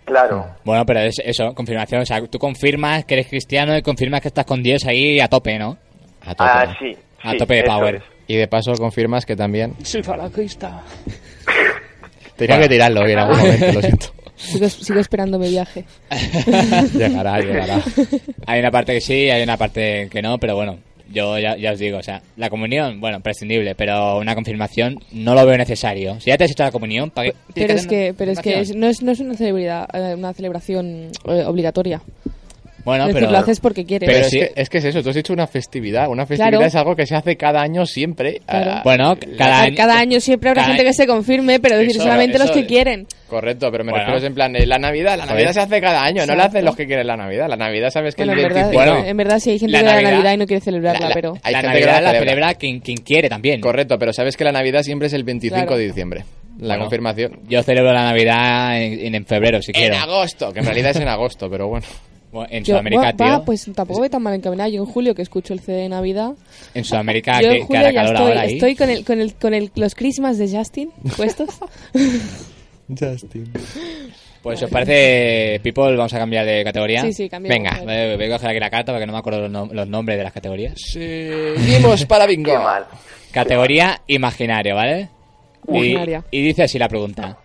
[SPEAKER 11] Claro.
[SPEAKER 3] Mm.
[SPEAKER 2] Bueno, pero es eso, confirmación. O sea, tú confirmas que eres cristiano y confirmas que estás con Dios ahí a tope, ¿no?
[SPEAKER 3] A tope.
[SPEAKER 11] Ah, sí.
[SPEAKER 2] A
[SPEAKER 11] sí,
[SPEAKER 2] tope de
[SPEAKER 11] eso
[SPEAKER 2] power.
[SPEAKER 11] es.
[SPEAKER 3] Y de paso confirmas que también...
[SPEAKER 7] Soy falacista.
[SPEAKER 3] Tenía que tirarlo bien en algún momento, lo siento.
[SPEAKER 4] Sigo, sigo esperando mi viaje.
[SPEAKER 2] llegará, llegará. Hay una parte que sí, hay una parte que no, pero bueno, yo ya, ya os digo, o sea, la comunión, bueno, prescindible, pero una confirmación no lo veo necesario. Si ya te has hecho la comunión, ¿para qué tienes
[SPEAKER 4] Pero es
[SPEAKER 2] hacer
[SPEAKER 4] que,
[SPEAKER 2] una
[SPEAKER 4] pero es que es-
[SPEAKER 2] confirmación?
[SPEAKER 4] no, es, no es una celebridad, eh, una celebración eh, obligatoria.
[SPEAKER 2] Bueno,
[SPEAKER 4] es decir,
[SPEAKER 2] pero...
[SPEAKER 4] lo haces porque quieres.
[SPEAKER 3] Pero,
[SPEAKER 2] Pero
[SPEAKER 3] es,
[SPEAKER 2] sí-
[SPEAKER 3] que, es que es eso, tú has dicho una festividad. Una festividad
[SPEAKER 4] Claro.
[SPEAKER 3] es algo que se hace cada año siempre.
[SPEAKER 4] Claro.
[SPEAKER 3] Ah,
[SPEAKER 2] Bueno, cada año...
[SPEAKER 4] Cada año siempre habrá
[SPEAKER 2] cada
[SPEAKER 4] gente
[SPEAKER 2] año-
[SPEAKER 4] que se confirme, pero es decir,
[SPEAKER 3] Eso,
[SPEAKER 4] solamente
[SPEAKER 3] eso
[SPEAKER 4] los que
[SPEAKER 3] es.
[SPEAKER 4] quieren.
[SPEAKER 3] Correcto, pero me
[SPEAKER 2] Bueno.
[SPEAKER 3] refiero es en plan, eh, la Navidad, la
[SPEAKER 2] Joder.
[SPEAKER 3] Navidad se hace cada año, no la
[SPEAKER 4] Exacto.
[SPEAKER 3] hacen los que quieren la Navidad. La Navidad sabes que
[SPEAKER 4] Bueno,
[SPEAKER 3] el
[SPEAKER 4] en verdad,
[SPEAKER 3] 25
[SPEAKER 2] Bueno,
[SPEAKER 4] en verdad sí hay gente
[SPEAKER 2] la
[SPEAKER 4] que da
[SPEAKER 2] Navidad-
[SPEAKER 4] Navidad y no quiere celebrarla,
[SPEAKER 3] la-
[SPEAKER 4] pero...
[SPEAKER 3] hay
[SPEAKER 2] la
[SPEAKER 3] gente que
[SPEAKER 2] Navidad
[SPEAKER 3] la
[SPEAKER 2] la
[SPEAKER 3] celebra.
[SPEAKER 2] celebra quien, quien quiere también.
[SPEAKER 3] Correcto, pero sabes que la Navidad siempre es el 25
[SPEAKER 4] Claro.
[SPEAKER 3] de diciembre. La
[SPEAKER 2] Bueno.
[SPEAKER 3] confirmación.
[SPEAKER 2] Yo celebro la Navidad en, en febrero, si
[SPEAKER 3] En
[SPEAKER 2] quiero.
[SPEAKER 3] agosto, que en realidad es en agosto, pero bueno.
[SPEAKER 2] Bueno, En
[SPEAKER 4] Yo,
[SPEAKER 2] Sudamérica,
[SPEAKER 4] "Buah, va,
[SPEAKER 2] tío.
[SPEAKER 4] pues tampoco voy tan mal encaminado. Yo en julio que escucho el CD de Navidad.
[SPEAKER 2] En Sudamérica,
[SPEAKER 4] yo
[SPEAKER 2] que,
[SPEAKER 4] en
[SPEAKER 2] que
[SPEAKER 4] julio
[SPEAKER 2] hará
[SPEAKER 4] ya
[SPEAKER 2] calor
[SPEAKER 4] estoy,
[SPEAKER 2] ahora ahí.
[SPEAKER 4] estoy con, el, con, el, con el- los Christmas de Justin puestos.
[SPEAKER 3] Justin.
[SPEAKER 2] Pues os parece, People, vamos a cambiar de categoría.
[SPEAKER 4] Sí, sí, cambia de
[SPEAKER 2] Venga, eh,
[SPEAKER 4] categoría.
[SPEAKER 2] voy voy a coger aquí la carta porque no me acuerdo los, nom- los nombres de las categorías.
[SPEAKER 3] Seguimos para bingo.
[SPEAKER 11] Qué mal.
[SPEAKER 2] Categoría imaginario, ¿vale? Y-
[SPEAKER 4] Imaginaria.
[SPEAKER 2] Y, dice así la pregunta.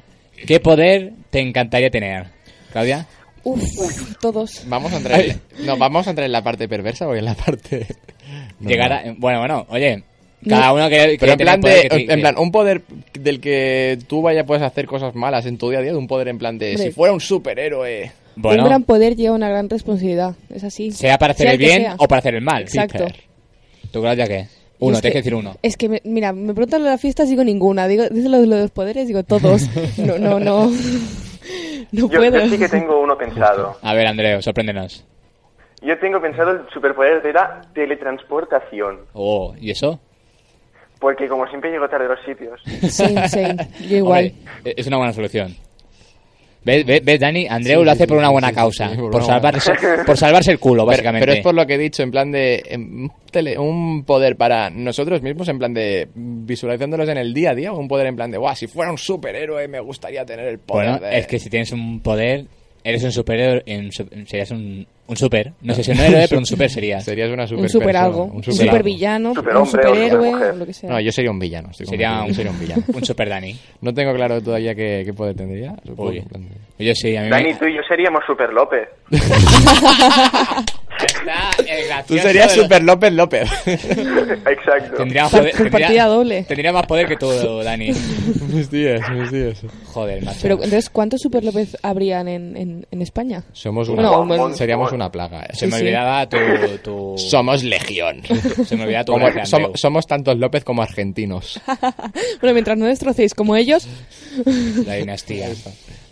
[SPEAKER 2] ¿Qué poder te encantaría tener? Claudia.
[SPEAKER 4] Uf, todos.
[SPEAKER 3] Vamos a entrar. en- No, vamos a entrar en la parte perversa o en la parte. No,
[SPEAKER 2] llegar
[SPEAKER 3] no.
[SPEAKER 2] a- Bueno, bueno, oye. Cada uno que
[SPEAKER 3] Pero en plan, de, en plan, un poder del que tú vaya puedes hacer cosas malas en tu día a día, un poder en plan de
[SPEAKER 4] Hombre.
[SPEAKER 3] si fuera un superhéroe.
[SPEAKER 2] Bueno,
[SPEAKER 4] Un gran poder lleva una gran responsabilidad. Es así.
[SPEAKER 2] sea para hacer
[SPEAKER 4] Sea
[SPEAKER 2] el
[SPEAKER 4] el que
[SPEAKER 2] bien
[SPEAKER 4] sea.
[SPEAKER 2] o para hacer el mal.
[SPEAKER 4] Exacto.
[SPEAKER 2] ¿Tú, Claudia, qué? Uno,
[SPEAKER 4] Es
[SPEAKER 2] tienes que decir uno.
[SPEAKER 4] Es que, me- mira, me preguntan lo de la fiesta, digo ninguna. Digo, dice lo, de- lo de los poderes, digo todos. No, no, no. No
[SPEAKER 11] Yo,
[SPEAKER 4] puedo.
[SPEAKER 11] yo sí que tengo uno pensado.
[SPEAKER 2] A ver, Andreu, sorpréndenos.
[SPEAKER 11] Yo tengo pensado el superpoder de la teletransportación.
[SPEAKER 2] Oh, ¿y eso?
[SPEAKER 11] Porque como siempre llego tarde a los sitios.
[SPEAKER 4] Eh. Same, same. Yo igual.
[SPEAKER 2] Hombre, e-, es una buena solución. ¿Ves, ves, ves, Dani? Andreu lo hace por una buena
[SPEAKER 3] sí,
[SPEAKER 2] causa.
[SPEAKER 3] sí, por
[SPEAKER 2] por,
[SPEAKER 3] una
[SPEAKER 2] salvarse, por salvarse el culo,
[SPEAKER 3] Pero,
[SPEAKER 2] básicamente.
[SPEAKER 3] pero es por lo que he dicho, en plan de em, tele- un poder para nosotros mismos, en plan de visualizándolos en el día a día, o un poder en plan de, guau, si fuera un superhéroe me gustaría tener el poder.
[SPEAKER 2] Bueno,
[SPEAKER 3] de-".
[SPEAKER 2] es que si tienes un poder, eres un superhéroe. en su- serías un, un super. No sé si un héroe, pero un super serías.
[SPEAKER 3] serías una super
[SPEAKER 4] Un super algo.
[SPEAKER 3] Un
[SPEAKER 4] Un
[SPEAKER 3] super,
[SPEAKER 4] super villano. Un
[SPEAKER 11] Superhombre o
[SPEAKER 4] superhéroe.
[SPEAKER 11] supermujer.
[SPEAKER 4] o Lo que sea.
[SPEAKER 3] No, yo sería un villano. estoy
[SPEAKER 2] Sería un,
[SPEAKER 3] confundido, yo sería un villano.
[SPEAKER 2] un super Dani.
[SPEAKER 3] No tengo claro todavía qué, qué poder tendría. supongo,
[SPEAKER 2] Uy.
[SPEAKER 3] en plan de-
[SPEAKER 2] Yo sí, a mí me-
[SPEAKER 11] Dani, tú y yo seríamos Super López.
[SPEAKER 2] Ah, el gracioso
[SPEAKER 3] Tú serías
[SPEAKER 2] de los-
[SPEAKER 3] Super López López.
[SPEAKER 11] Exacto.
[SPEAKER 2] Tendría,
[SPEAKER 4] Por-
[SPEAKER 2] poder-
[SPEAKER 4] por
[SPEAKER 2] tendría-
[SPEAKER 4] partida doble.
[SPEAKER 2] tendría más poder que tú, Dani.
[SPEAKER 3] mis días, mis días.
[SPEAKER 2] Joder, macho.
[SPEAKER 4] Pero entonces, ¿cuántos Super López habrían en, en, en España?
[SPEAKER 3] Somos una,
[SPEAKER 4] Bueno, bueno.
[SPEAKER 3] seríamos una plaga. eh.
[SPEAKER 2] se me
[SPEAKER 4] sí.
[SPEAKER 2] olvidaba tu, tu-
[SPEAKER 3] Somos legión.
[SPEAKER 2] Se me olvidaba tu
[SPEAKER 3] Como-
[SPEAKER 2] gracia, Andreu.
[SPEAKER 3] somos, somos tantos López como argentinos.
[SPEAKER 4] Bueno, mientras no destrocéis como ellos,
[SPEAKER 2] La dinastía.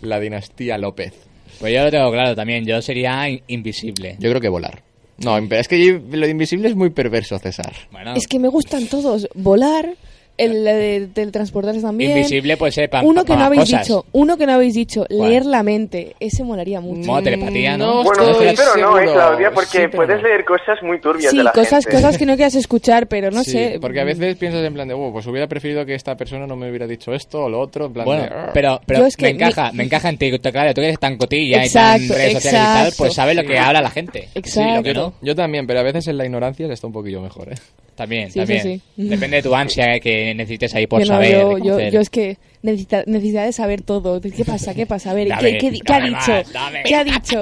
[SPEAKER 3] La dinastía López.
[SPEAKER 2] Pues yo lo tengo claro también, yo sería in- invisible.
[SPEAKER 3] Yo creo que volar. No, pero es que lo de invisible es muy perverso, César.
[SPEAKER 2] Bueno,
[SPEAKER 4] es que me gustan todos. Volar, el de, del transportarse también.
[SPEAKER 2] invisible puede ser para
[SPEAKER 4] Uno que no habéis dicho, uno que no habéis dicho, leer la mente. Ese molaría mucho.
[SPEAKER 2] Modo telepatía, ¿no?
[SPEAKER 3] No
[SPEAKER 11] Bueno,
[SPEAKER 3] estoy
[SPEAKER 11] sí, pero no, eh,
[SPEAKER 3] seguro.
[SPEAKER 11] Claudia, porque
[SPEAKER 3] Sí, pero
[SPEAKER 11] puedes
[SPEAKER 3] no.
[SPEAKER 11] leer cosas muy turbias
[SPEAKER 4] Sí,
[SPEAKER 11] Mm. de la
[SPEAKER 4] cosas,
[SPEAKER 11] gente.
[SPEAKER 4] cosas que no quieras escuchar, pero no
[SPEAKER 3] Sí,
[SPEAKER 4] sé.
[SPEAKER 3] Porque a veces piensas en plan de, "Buah, pues hubiera preferido que esta persona no me hubiera dicho esto o lo otro. En plan
[SPEAKER 2] Bueno,
[SPEAKER 3] de, "Ah". "Arr".
[SPEAKER 2] pero, pero
[SPEAKER 4] Yo es que
[SPEAKER 2] me
[SPEAKER 4] mi-
[SPEAKER 2] encaja, me encaja en ti, tú- claro, tú que eres tan cotilla y
[SPEAKER 4] Exacto,
[SPEAKER 2] tan redes sociales y tal,
[SPEAKER 4] exacto.
[SPEAKER 2] pues sabes lo que habla la gente.
[SPEAKER 4] Exacto.
[SPEAKER 2] Sí, lo que no,
[SPEAKER 3] Yo también, pero a veces en la ignorancia está un poquillo mejor, ¿eh?
[SPEAKER 2] también,
[SPEAKER 4] Sí,
[SPEAKER 2] también.
[SPEAKER 4] sí, sí.
[SPEAKER 2] Depende de tu ansia eh, que necesites ahí por
[SPEAKER 4] yo, no,
[SPEAKER 2] saber.
[SPEAKER 4] yo,
[SPEAKER 2] de
[SPEAKER 4] yo-
[SPEAKER 2] conocer.
[SPEAKER 4] yo es que necesita, necesidad de saber todo. De ¿Qué pasa? ¿Qué pasa? A ver,
[SPEAKER 2] Dame,
[SPEAKER 4] ¿qué, qué, di- qué
[SPEAKER 2] dame
[SPEAKER 4] ha
[SPEAKER 2] más,
[SPEAKER 4] dicho?
[SPEAKER 2] dame.
[SPEAKER 4] ¿Qué ha dicho?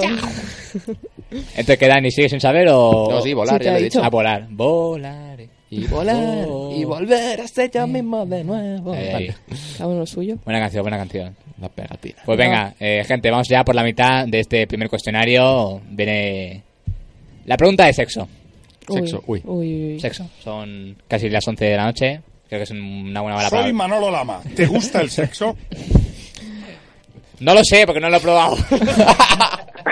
[SPEAKER 2] Entonces, ¿qué Dani? ¿Sigues sin saber o...?
[SPEAKER 3] No, sí, volar,
[SPEAKER 4] Sí, te
[SPEAKER 3] ya
[SPEAKER 4] ha
[SPEAKER 3] lo he
[SPEAKER 4] dicho.
[SPEAKER 3] dicho.
[SPEAKER 2] A volar. Volar.
[SPEAKER 3] Y volar, y volver a ser yo mismo de
[SPEAKER 4] Oh,
[SPEAKER 3] nuevo.
[SPEAKER 2] Ahí, ahí.
[SPEAKER 3] Vale.
[SPEAKER 4] Cada uno lo suyo.
[SPEAKER 2] Buena canción, buena canción.
[SPEAKER 3] La pegatina.
[SPEAKER 2] Pues venga, eh, gente, vamos ya por la mitad de este primer cuestionario. Viene la pregunta de sexo.
[SPEAKER 3] Sexo, uy.
[SPEAKER 4] uy, uy.
[SPEAKER 2] Sexo. Son casi las 11 de la noche. Creo que es una buena hora para...
[SPEAKER 12] Soy Manolo Lama. ¿Te gusta el sexo?
[SPEAKER 2] No lo sé, porque no lo he probado.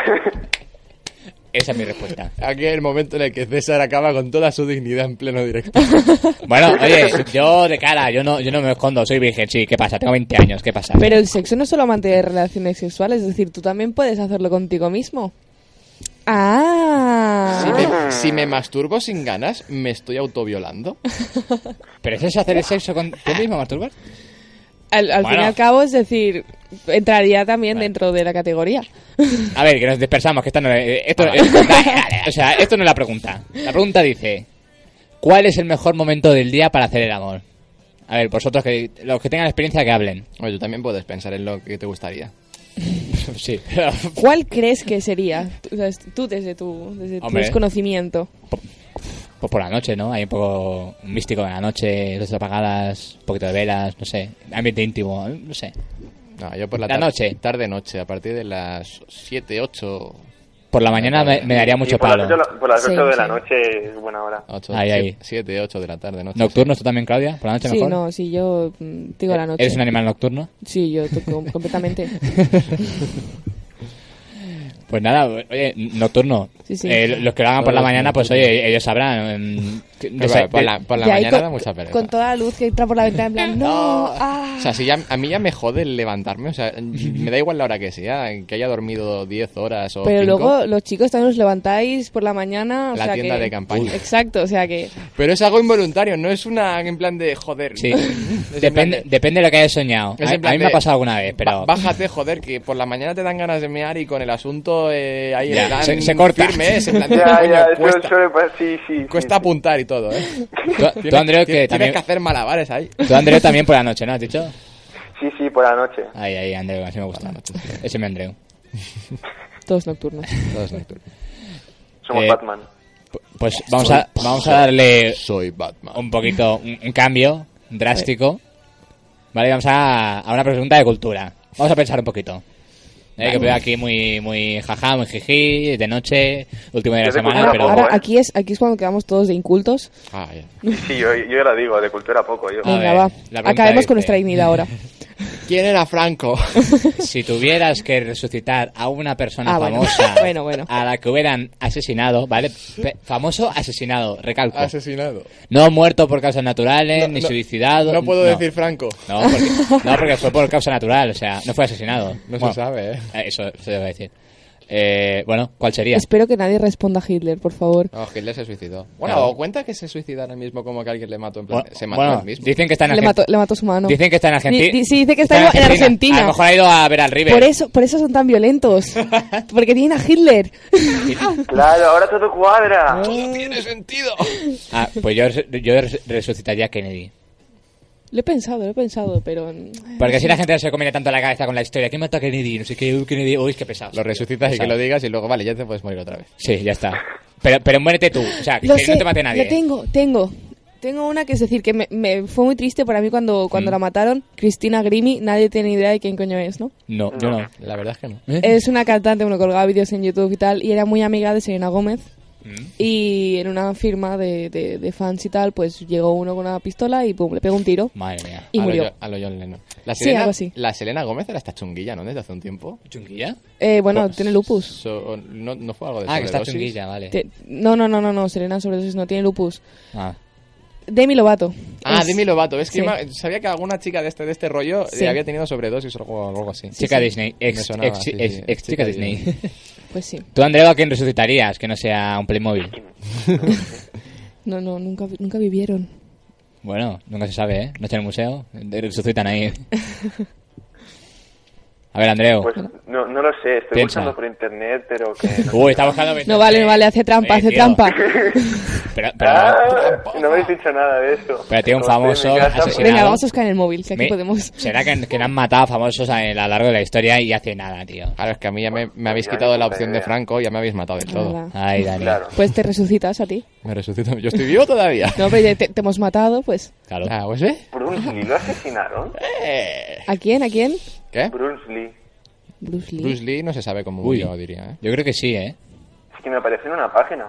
[SPEAKER 2] Esa es mi respuesta.
[SPEAKER 3] Aquí es el momento en el que César acaba con toda su dignidad en pleno directo.
[SPEAKER 2] Bueno, oye, yo de cara, yo no, yo no me escondo, soy virgen, sí, ¿qué pasa? Tengo 20 años, ¿qué pasa?
[SPEAKER 4] Pero el sexo no es solo mantener relaciones sexuales, es decir, tú también puedes hacerlo contigo mismo. Ah.
[SPEAKER 3] Si me, si me masturbo sin ganas, me estoy autoviolando.
[SPEAKER 2] ¿Pero es eso hacer el sexo con tú mismo, masturbar?
[SPEAKER 4] Al, al fin
[SPEAKER 2] Bueno.
[SPEAKER 4] y al cabo, es decir, entraría también dentro de la categoría.
[SPEAKER 2] A ver, que nos dispersamos, que esta no es- esto, eh, esto- dale, dale, o sea, esto no es la pregunta. La pregunta dice, ¿cuál es el mejor momento del día para hacer el amor? A ver, vosotros, que los que tengan experiencia, que hablen.
[SPEAKER 3] Oye, tú también puedes pensar en lo que te gustaría.
[SPEAKER 2] sí, pero...
[SPEAKER 4] ¿Cuál crees que sería? Tú, o sea, tú desde tu, desde tu
[SPEAKER 2] Hombre.
[SPEAKER 4] desconocimiento.
[SPEAKER 2] Pues por la noche, ¿no? Hay un poco un místico en la noche, luces apagadas, un poquito de velas, no sé. Ambiente íntimo, no sé.
[SPEAKER 3] No, yo por la,
[SPEAKER 2] La
[SPEAKER 3] tar-
[SPEAKER 2] noche.
[SPEAKER 3] Tarde-noche, a partir de las 7, 8...
[SPEAKER 2] Por la mañana me, me daría mucho
[SPEAKER 3] por la
[SPEAKER 2] palo.
[SPEAKER 3] noche
[SPEAKER 11] Por las
[SPEAKER 4] Sí,
[SPEAKER 11] 8 de la
[SPEAKER 4] sí.
[SPEAKER 11] noche es buena hora.
[SPEAKER 3] 8,
[SPEAKER 2] Ahí, ahí.
[SPEAKER 3] 7, 8 de la tarde, noche.
[SPEAKER 2] ¿Nocturno tú también, Claudia? ¿Por la noche
[SPEAKER 4] Sí,
[SPEAKER 2] mejor?
[SPEAKER 4] no, sí, yo mm,
[SPEAKER 3] Eh,
[SPEAKER 4] digo la noche.
[SPEAKER 2] ¿Eres un animal nocturno?
[SPEAKER 4] Sí, yo to- com- completamente.
[SPEAKER 2] Pues nada, oye, nocturno.
[SPEAKER 4] Sí, sí.
[SPEAKER 2] Eh, los que lo hagan por la
[SPEAKER 3] Todos
[SPEAKER 2] mañana, pues
[SPEAKER 3] nocturnos.
[SPEAKER 2] oye, ellos sabrán. mm, que-
[SPEAKER 3] Pero
[SPEAKER 2] de-
[SPEAKER 3] Pues, eh, por la- por la
[SPEAKER 4] Y ahí
[SPEAKER 3] mañana
[SPEAKER 4] con-
[SPEAKER 3] da mucha pereza.
[SPEAKER 4] Con toda la luz que entra por la ventana, en plan, no, ah.
[SPEAKER 3] O sea, si ya, a mí ya me jode el levantarme, o sea, me da igual la hora que sea, que haya dormido 10 horas o
[SPEAKER 4] Pero
[SPEAKER 3] cinco.
[SPEAKER 4] luego los chicos también os levantáis por la mañana. O
[SPEAKER 3] La
[SPEAKER 4] sea
[SPEAKER 3] tienda
[SPEAKER 4] que-
[SPEAKER 3] de campaña.
[SPEAKER 4] Exacto, o sea que.
[SPEAKER 3] Pero es algo involuntario, no es una en plan de joder.
[SPEAKER 2] Sí.
[SPEAKER 3] Es en plan
[SPEAKER 2] Depende,
[SPEAKER 3] de-
[SPEAKER 2] depende de lo que hayas soñado.
[SPEAKER 3] es
[SPEAKER 2] A,
[SPEAKER 3] en plan
[SPEAKER 2] a mí me ha
[SPEAKER 3] de-
[SPEAKER 2] pasado alguna vez, pero...
[SPEAKER 3] ba- Bájate, joder, que por la mañana te dan ganas de mear y con el asunto eh, ahí
[SPEAKER 2] Ya,
[SPEAKER 3] le dan
[SPEAKER 2] se- se corta.
[SPEAKER 3] firme, ¿eh? Es en plan de,
[SPEAKER 11] Ya,
[SPEAKER 3] coño,
[SPEAKER 11] ya, eso
[SPEAKER 3] cuesta,
[SPEAKER 11] suele pasar, sí, sí.
[SPEAKER 3] cuesta apuntar y todo, ¿eh?
[SPEAKER 2] Tú, tú,
[SPEAKER 3] Tienes-
[SPEAKER 2] Andreu, que
[SPEAKER 3] tienes
[SPEAKER 2] también...
[SPEAKER 3] que hacer malabares ahí.
[SPEAKER 2] Tú, Andreu, también por la noche, ¿no? ¿Has dicho?
[SPEAKER 11] Sí, sí, por la noche.
[SPEAKER 2] Ahí, ahí, Andreu, así me
[SPEAKER 3] Ah,
[SPEAKER 2] gusta. Ese me Andreu.
[SPEAKER 4] Todos nocturnos.
[SPEAKER 3] Todos nocturnos.
[SPEAKER 11] Somos
[SPEAKER 2] Eh,
[SPEAKER 11] Batman.
[SPEAKER 2] Pues vamos a, vamos a darle
[SPEAKER 3] Soy Batman.
[SPEAKER 2] un poquito, un, un cambio drástico. Vale, vamos a, a una pregunta de cultura. Vamos a pensar un poquito. Eh, que veo aquí muy, muy jaja, muy jiji, de noche, último día de la
[SPEAKER 11] Yo de
[SPEAKER 2] semana,
[SPEAKER 11] cultura
[SPEAKER 4] Ahora,
[SPEAKER 2] pero...
[SPEAKER 4] ahora
[SPEAKER 11] ¿eh?
[SPEAKER 4] aquí, es, aquí es cuando quedamos todos de incultos.
[SPEAKER 3] Ah, ya.
[SPEAKER 11] Sí, sí, yo, yo ya la digo, de cultura poco, yo.
[SPEAKER 2] A
[SPEAKER 4] Venga,
[SPEAKER 2] ver,
[SPEAKER 4] va.
[SPEAKER 2] la pregunta
[SPEAKER 4] Acabemos
[SPEAKER 2] dice-
[SPEAKER 4] con nuestra dignidad ahora.
[SPEAKER 3] ¿Quién era Franco? ¿eh?
[SPEAKER 2] Si tuvieras que resucitar a una persona
[SPEAKER 4] Ah, bueno.
[SPEAKER 2] famosa Ah,
[SPEAKER 4] Bueno, bueno.
[SPEAKER 2] a la que hubieran asesinado, ¿vale? Pe- famoso asesinado, recalco.
[SPEAKER 3] Asesinado.
[SPEAKER 2] no muerto por causas naturales,
[SPEAKER 3] Ah, No,
[SPEAKER 2] ni
[SPEAKER 3] no,
[SPEAKER 2] suicidado.
[SPEAKER 3] No puedo decir Franco.
[SPEAKER 2] No porque, no, porque fue por causa natural, o sea, no fue asesinado.
[SPEAKER 3] No
[SPEAKER 2] Bueno,
[SPEAKER 3] se sabe, ¿eh?
[SPEAKER 2] eh, Eso se debe decir. Eh, bueno, ¿cuál sería?
[SPEAKER 4] Espero que nadie responda a Hitler, por favor.
[SPEAKER 3] No, Hitler se suicidó. Bueno,
[SPEAKER 2] Claro.
[SPEAKER 3] o cuenta que se suicida ahora mismo como que alguien le mató en plan...
[SPEAKER 2] Bueno,
[SPEAKER 3] se mató
[SPEAKER 2] bueno,
[SPEAKER 3] él mismo.
[SPEAKER 2] dicen que está en
[SPEAKER 4] Le mató,
[SPEAKER 2] Argentina.
[SPEAKER 4] le mató su mano.
[SPEAKER 2] Dicen que está en Argentina.
[SPEAKER 4] Di- di- sí, dice que está en- en Argentina.
[SPEAKER 2] A lo mejor ha ido a ver al River.
[SPEAKER 4] Por eso, por eso son tan violentos. Porque tienen a Hitler.
[SPEAKER 11] Claro, ahora todo cuadra.
[SPEAKER 3] ¡No tiene sentido!
[SPEAKER 2] Ah, pues yo, res- yo res- resucitaría a Kennedy.
[SPEAKER 4] Lo he pensado, lo he pensado, pero. mm,
[SPEAKER 2] Porque así la gente no se comiera tanto la cabeza con la historia. ¿Quién mató a Kennedy? No sé qué, uy, Kennedy. Uy, qué pesado.
[SPEAKER 3] Lo resucitas y que
[SPEAKER 2] Pesado.
[SPEAKER 3] lo digas y luego, vale, ya te puedes morir otra vez.
[SPEAKER 2] Sí, ya está. Pero, pero muérete tú. O sea, que
[SPEAKER 4] Lo
[SPEAKER 2] no
[SPEAKER 4] sé,
[SPEAKER 2] te mate nadie. ¿eh?
[SPEAKER 4] lo tengo, tengo. Tengo una que es decir, que me, me fue muy triste para mí cuando, cuando
[SPEAKER 2] Mm.
[SPEAKER 4] la mataron. Cristina Grimi, nadie tiene idea de quién coño es, ¿no?
[SPEAKER 2] No, yo no.
[SPEAKER 3] La verdad es que no.
[SPEAKER 4] Es una cantante, bueno, colgaba vídeos en YouTube y tal, y era muy amiga de Selena Gómez.
[SPEAKER 2] Mm.
[SPEAKER 4] Y en una firma de, de- de fans y tal, pues llegó uno con una pistola y pum, le pegó un tiro.
[SPEAKER 2] Madre mía. Ah,
[SPEAKER 4] Y
[SPEAKER 3] a
[SPEAKER 4] murió.
[SPEAKER 3] Lo, Jo- a lo John Lennon. La
[SPEAKER 4] Sí,
[SPEAKER 3] Selena,
[SPEAKER 4] algo así.
[SPEAKER 3] La Selena Gómez era esta chunguilla, ¿no? Desde hace un tiempo.
[SPEAKER 2] ¿Chunguilla?
[SPEAKER 4] Eh, bueno,
[SPEAKER 3] Pues,
[SPEAKER 4] tiene lupus.
[SPEAKER 3] so- no, no fue algo de
[SPEAKER 2] Ah, que está
[SPEAKER 3] sobredosis.
[SPEAKER 2] chunguilla, vale.
[SPEAKER 4] Te- no, no, no, no, no, Selena sobredosis no tiene lupus.
[SPEAKER 2] Ah.
[SPEAKER 4] Demi Lovato.
[SPEAKER 3] Ah,
[SPEAKER 4] Es-
[SPEAKER 3] Demi Lovato. Es que
[SPEAKER 4] Sí.
[SPEAKER 3] ma- sabía que alguna chica de este, de este rollo eh,
[SPEAKER 4] Sí.
[SPEAKER 3] había tenido sobredosis o algo, algo así.
[SPEAKER 2] Chica Disney. Ex,
[SPEAKER 3] Me sonaba,
[SPEAKER 2] ex-
[SPEAKER 3] sí, sí.
[SPEAKER 2] ex- ex chica
[SPEAKER 3] Chica
[SPEAKER 2] Disney.
[SPEAKER 4] Pues sí.
[SPEAKER 2] ¿Tú, Andrea, a quién resucitarías que no sea un Playmobil?
[SPEAKER 4] No, no, nunca, vi- nunca vivieron.
[SPEAKER 2] Pues Bueno, nunca se sabe, ¿eh? Noche en el museo. eh, Resucitan ahí. A ver, Andreu.
[SPEAKER 11] Pues no, no lo sé, estoy
[SPEAKER 2] Piensa.
[SPEAKER 11] buscando por internet, pero que... no-
[SPEAKER 2] Uy, está buscando...
[SPEAKER 4] No vale, no vale, hace trampa,
[SPEAKER 2] Oye,
[SPEAKER 4] hace
[SPEAKER 2] Eh, tío,
[SPEAKER 4] trampa.
[SPEAKER 2] Pero, pero,
[SPEAKER 11] Ah, no habéis dicho nada de eso.
[SPEAKER 2] Pero tiene un
[SPEAKER 11] Como
[SPEAKER 2] famoso
[SPEAKER 11] estoy en mi casa,
[SPEAKER 2] asesinado.
[SPEAKER 4] Venga, vamos a buscar en el móvil, que aquí
[SPEAKER 2] me-
[SPEAKER 4] podemos.
[SPEAKER 2] ¿Será que, que no han matado a famosos a, a lo largo de la historia y hace nada, tío?
[SPEAKER 3] Claro, es que a mí ya me, me habéis
[SPEAKER 11] Ya,
[SPEAKER 3] quitado la
[SPEAKER 11] puta
[SPEAKER 3] opción de
[SPEAKER 11] idea.
[SPEAKER 3] Franco, ya me habéis matado de todo.
[SPEAKER 4] Ala.
[SPEAKER 2] Ay, Dani.
[SPEAKER 11] Claro.
[SPEAKER 4] Pues te resucitas a ti.
[SPEAKER 3] Me resucito. Yo estoy vivo todavía.
[SPEAKER 4] No, pero ya te, te hemos matado, pues.
[SPEAKER 2] Claro.
[SPEAKER 3] Ah, pues ve.
[SPEAKER 11] ¿Por un Lee lo asesinaron?
[SPEAKER 3] Eh.
[SPEAKER 4] ¿A quién? ¿A quién?
[SPEAKER 3] ¿Qué?
[SPEAKER 11] Bruce Lee.
[SPEAKER 4] Bruce Lee.
[SPEAKER 3] Bruce Lee no se sabe cómo
[SPEAKER 2] Uy.
[SPEAKER 3] murió, diría. ¿eh?
[SPEAKER 2] Yo creo que sí, ¿eh?
[SPEAKER 11] Es que me apareció en una página.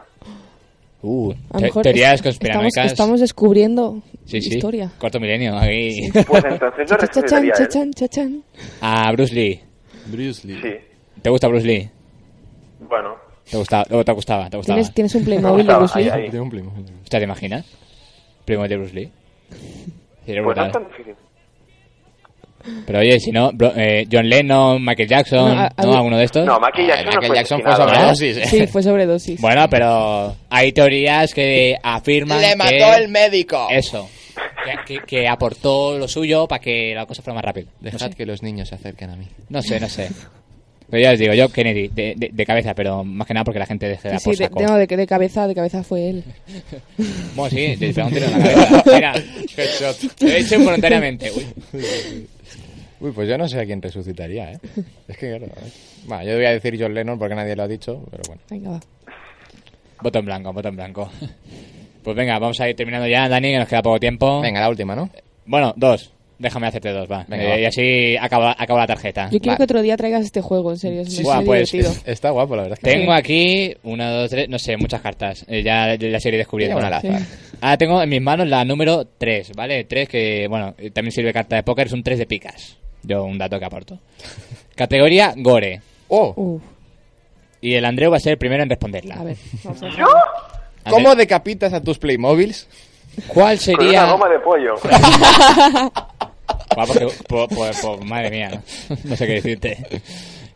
[SPEAKER 2] Uh,
[SPEAKER 4] A lo
[SPEAKER 2] te-
[SPEAKER 4] mejor
[SPEAKER 2] teorías
[SPEAKER 4] es-
[SPEAKER 2] conspiranoicas.
[SPEAKER 4] Estamos, estamos descubriendo
[SPEAKER 2] sí, sí.
[SPEAKER 4] historia.
[SPEAKER 2] Corto milenio, aquí.
[SPEAKER 11] Pues entonces lo
[SPEAKER 4] Chachán,
[SPEAKER 11] resucitaría él.
[SPEAKER 4] chachán, chachán.
[SPEAKER 2] A Bruce Lee.
[SPEAKER 3] Bruce Lee.
[SPEAKER 11] Sí,
[SPEAKER 2] ¿Te gusta Bruce Lee?
[SPEAKER 11] bueno.
[SPEAKER 2] ¿Te gustaba? luego te gustaba? ¿Te gustaba?
[SPEAKER 4] ¿Tienes, tienes un Playmobil de
[SPEAKER 11] Ahí,
[SPEAKER 4] Bruce Lee.
[SPEAKER 11] ahí.
[SPEAKER 3] Tiene un primo.
[SPEAKER 2] ¿Usted te imaginas? Primo de Bruce Lee. Sería
[SPEAKER 11] Pues no es
[SPEAKER 2] brutal.
[SPEAKER 11] tan difícil.
[SPEAKER 2] Pero oye, si no, bro- eh, John Lennon, Michael Jackson,
[SPEAKER 4] No, a- a-
[SPEAKER 2] ¿no? ¿Alguno de estos?
[SPEAKER 11] No, Michael
[SPEAKER 3] Ah,
[SPEAKER 11] Jackson no
[SPEAKER 3] Michael
[SPEAKER 11] fue
[SPEAKER 3] Jackson fue
[SPEAKER 11] asesinado, ¿eh?
[SPEAKER 3] sobredosis. eh.
[SPEAKER 4] Sí, fue sobredosis.
[SPEAKER 2] Bueno, pero hay teorías que afirman
[SPEAKER 3] Le
[SPEAKER 2] que
[SPEAKER 3] mató el médico.
[SPEAKER 2] eso. que, que- que aportó lo suyo para que la cosa fuera más rápida. No
[SPEAKER 3] Dejad
[SPEAKER 2] sé,
[SPEAKER 3] que los niños se acerquen a mí.
[SPEAKER 2] no sé. no sé. Pero ya os digo, yo Kennedy, de, de- de cabeza, pero más que nada porque la gente deje de dar
[SPEAKER 4] Sí,
[SPEAKER 2] por
[SPEAKER 4] de,
[SPEAKER 2] saco.
[SPEAKER 4] de- no, de, de cabeza, de cabeza fue él.
[SPEAKER 2] Bueno, sí, le pegó un tiro en la cabeza. Mira, lo he hecho involuntariamente. Uy.
[SPEAKER 3] Uy, pues yo no sé a quién resucitaría, ¿eh? Es que claro. ¿eh? Bueno, yo voy a decir John Lennon porque nadie lo ha dicho, pero bueno.
[SPEAKER 4] Venga, va.
[SPEAKER 2] Voto en blanco, voto en blanco. Pues venga, vamos a ir terminando ya, Dani, que nos queda poco tiempo. Venga,
[SPEAKER 3] la última, ¿no?
[SPEAKER 2] Bueno, dos. Déjame hacerte dos, va.
[SPEAKER 3] Venga,
[SPEAKER 2] Eh,
[SPEAKER 3] va.
[SPEAKER 2] y así acabo, acabo la tarjeta.
[SPEAKER 4] Yo quiero
[SPEAKER 2] Va.
[SPEAKER 4] que otro día traigas este juego, en serio. Es muy
[SPEAKER 2] Guau, pues,
[SPEAKER 4] divertido.
[SPEAKER 3] Está guapo, la verdad.
[SPEAKER 4] que
[SPEAKER 2] Tengo
[SPEAKER 4] sí.
[SPEAKER 2] aquí una, dos, tres, no sé, muchas cartas. Eh, ya las iré descubriendo.
[SPEAKER 3] Tira una al azar.
[SPEAKER 2] Ahora tengo en mis manos la número 3, ¿vale? 3 que, bueno, eh, también sirve carta de póker, es un 3 de picas. Yo un dato que aporto. Categoría Gore.
[SPEAKER 3] ¡Oh!
[SPEAKER 2] Y el Andreu va a ser el primero en responderla. A ver,
[SPEAKER 4] vamos a ver.
[SPEAKER 3] ¿Cómo decapitas a tus Playmobiles?
[SPEAKER 2] ¿Cuál
[SPEAKER 11] Con
[SPEAKER 2] sería...?
[SPEAKER 11] una goma de pollo.
[SPEAKER 2] Guau, porque- po- po- po- madre mía, no, No sé qué decirte.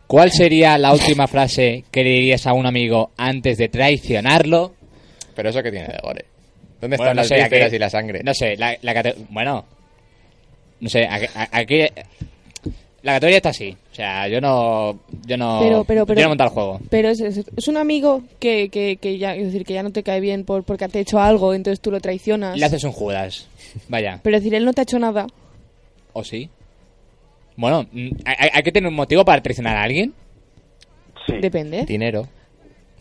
[SPEAKER 2] ¿Cuál sería la última frase que le dirías a un amigo antes de traicionarlo?
[SPEAKER 3] Pero eso que tiene de gore. ¿Dónde
[SPEAKER 2] Bueno,
[SPEAKER 3] están
[SPEAKER 2] no
[SPEAKER 3] las
[SPEAKER 2] sé, ¿a qué?
[SPEAKER 3] vísceras y la sangre?
[SPEAKER 2] No sé, la, la cate- Bueno, no sé, aquí, aquí- la categoría está así. O sea, yo no. Yo no.
[SPEAKER 4] Pero, pero, pero,
[SPEAKER 2] yo no he montado el juego.
[SPEAKER 4] Pero es, es- es un amigo que, que, que ya, es decir, que ya no te cae bien por, porque te ha hecho algo, entonces tú lo traicionas.
[SPEAKER 2] Le haces un Judas. Vaya.
[SPEAKER 4] Pero es decir, él no te ha hecho nada.
[SPEAKER 2] ¿O sí? Bueno, mm, ¿hay, hay que tener un motivo para traicionar a alguien?
[SPEAKER 4] Depende.
[SPEAKER 2] Dinero.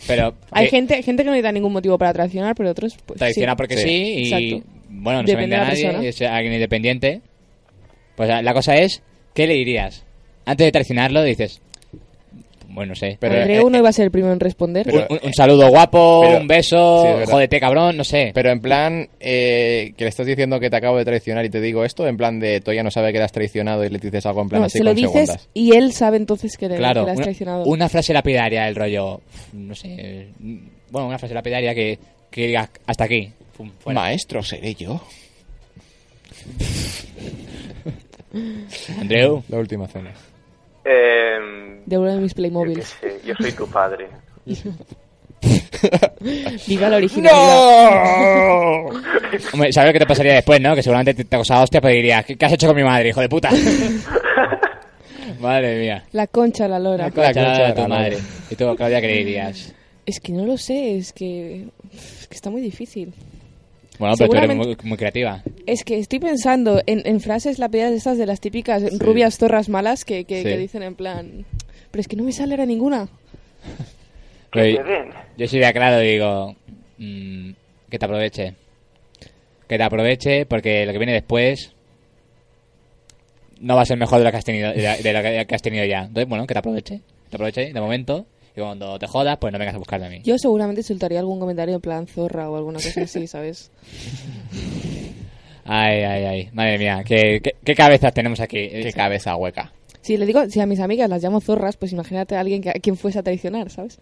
[SPEAKER 2] Pero.
[SPEAKER 4] Hay
[SPEAKER 2] eh,
[SPEAKER 4] gente, gente que no le da ningún motivo para traicionar, pero otros pues
[SPEAKER 2] traiciona
[SPEAKER 4] sí.
[SPEAKER 2] porque sí, y
[SPEAKER 4] Exacto.
[SPEAKER 2] bueno, no se vende
[SPEAKER 4] Depende de
[SPEAKER 2] a
[SPEAKER 4] la
[SPEAKER 2] nadie,
[SPEAKER 4] persona.
[SPEAKER 2] es alguien independiente. Pues la la cosa es, ¿qué le dirías? Antes de traicionarlo dices, bueno, no sé.
[SPEAKER 4] Andreu no
[SPEAKER 2] eh,
[SPEAKER 4] iba a ser el primero en responder.
[SPEAKER 2] un, un- un saludo guapo,
[SPEAKER 3] eh, pero-
[SPEAKER 2] un beso,
[SPEAKER 3] Sí, es verdad.
[SPEAKER 2] jódete cabrón, no sé.
[SPEAKER 3] Pero en plan, eh, que le estás diciendo que te acabo de traicionar y te digo esto, en plan de todavía no sabe que le has traicionado y le dices algo en plan
[SPEAKER 4] No,
[SPEAKER 3] así
[SPEAKER 4] se lo
[SPEAKER 3] con
[SPEAKER 4] dices
[SPEAKER 3] segundas.
[SPEAKER 4] y él sabe entonces que, le-
[SPEAKER 2] claro,
[SPEAKER 4] que le has
[SPEAKER 2] una,
[SPEAKER 4] traicionado.
[SPEAKER 2] una frase lapidaria del rollo, no sé, bueno, una frase lapidaria que, que digas hasta aquí. pum, fuera.
[SPEAKER 3] Maestro, seré yo.
[SPEAKER 2] Andreu.
[SPEAKER 3] La última cena.
[SPEAKER 11] Eh,
[SPEAKER 4] De uno de mis
[SPEAKER 11] yo qué
[SPEAKER 4] Playmobiles.
[SPEAKER 11] sé, yo soy tu padre.
[SPEAKER 4] Viva la originalidad.
[SPEAKER 2] Hombre, ¿sabes qué te pasaría después, no? Que seguramente te, te acosaba hostia, pero dirías, ¿qué, qué has hecho con mi madre, hijo de puta? Madre mía.
[SPEAKER 4] La concha, la lora.
[SPEAKER 2] La concha de tu
[SPEAKER 3] la
[SPEAKER 2] madre.
[SPEAKER 3] madre.
[SPEAKER 2] ¿Y tú, Claudia, qué le dirías?
[SPEAKER 4] Es que no lo sé, es que, es que está muy difícil.
[SPEAKER 2] Bueno, pero tú eres muy,
[SPEAKER 4] Seguramente-
[SPEAKER 2] muy creativa.
[SPEAKER 4] Es que estoy pensando en, en frases lapidas de estas de las típicas rubias zorras malas que, que,
[SPEAKER 2] Sí.
[SPEAKER 4] que dicen en plan... Pero es que no me sale ahora ninguna.
[SPEAKER 2] Pero
[SPEAKER 4] te den.
[SPEAKER 2] Pues yo soy de aclaro y digo, mm, que te aproveche. Que te aproveche porque lo que viene después no va a ser mejor de lo que has tenido, de la- de lo que- que has tenido ya. Entonces, bueno, que te aproveche. Te aproveche de momento y cuando te jodas, pues no vengas a buscarme a mí.
[SPEAKER 4] Yo seguramente soltaría algún comentario en plan zorra o alguna cosa así, ¿sabes?
[SPEAKER 2] Ay, ay, ay. Madre mía, qué, qué- qué cabezas tenemos aquí. Qué cabeza hueca.
[SPEAKER 4] Si le digo, si a mis amigas las llamo zorras, pues imagínate a alguien que, a quien fuese a traicionar, ¿sabes?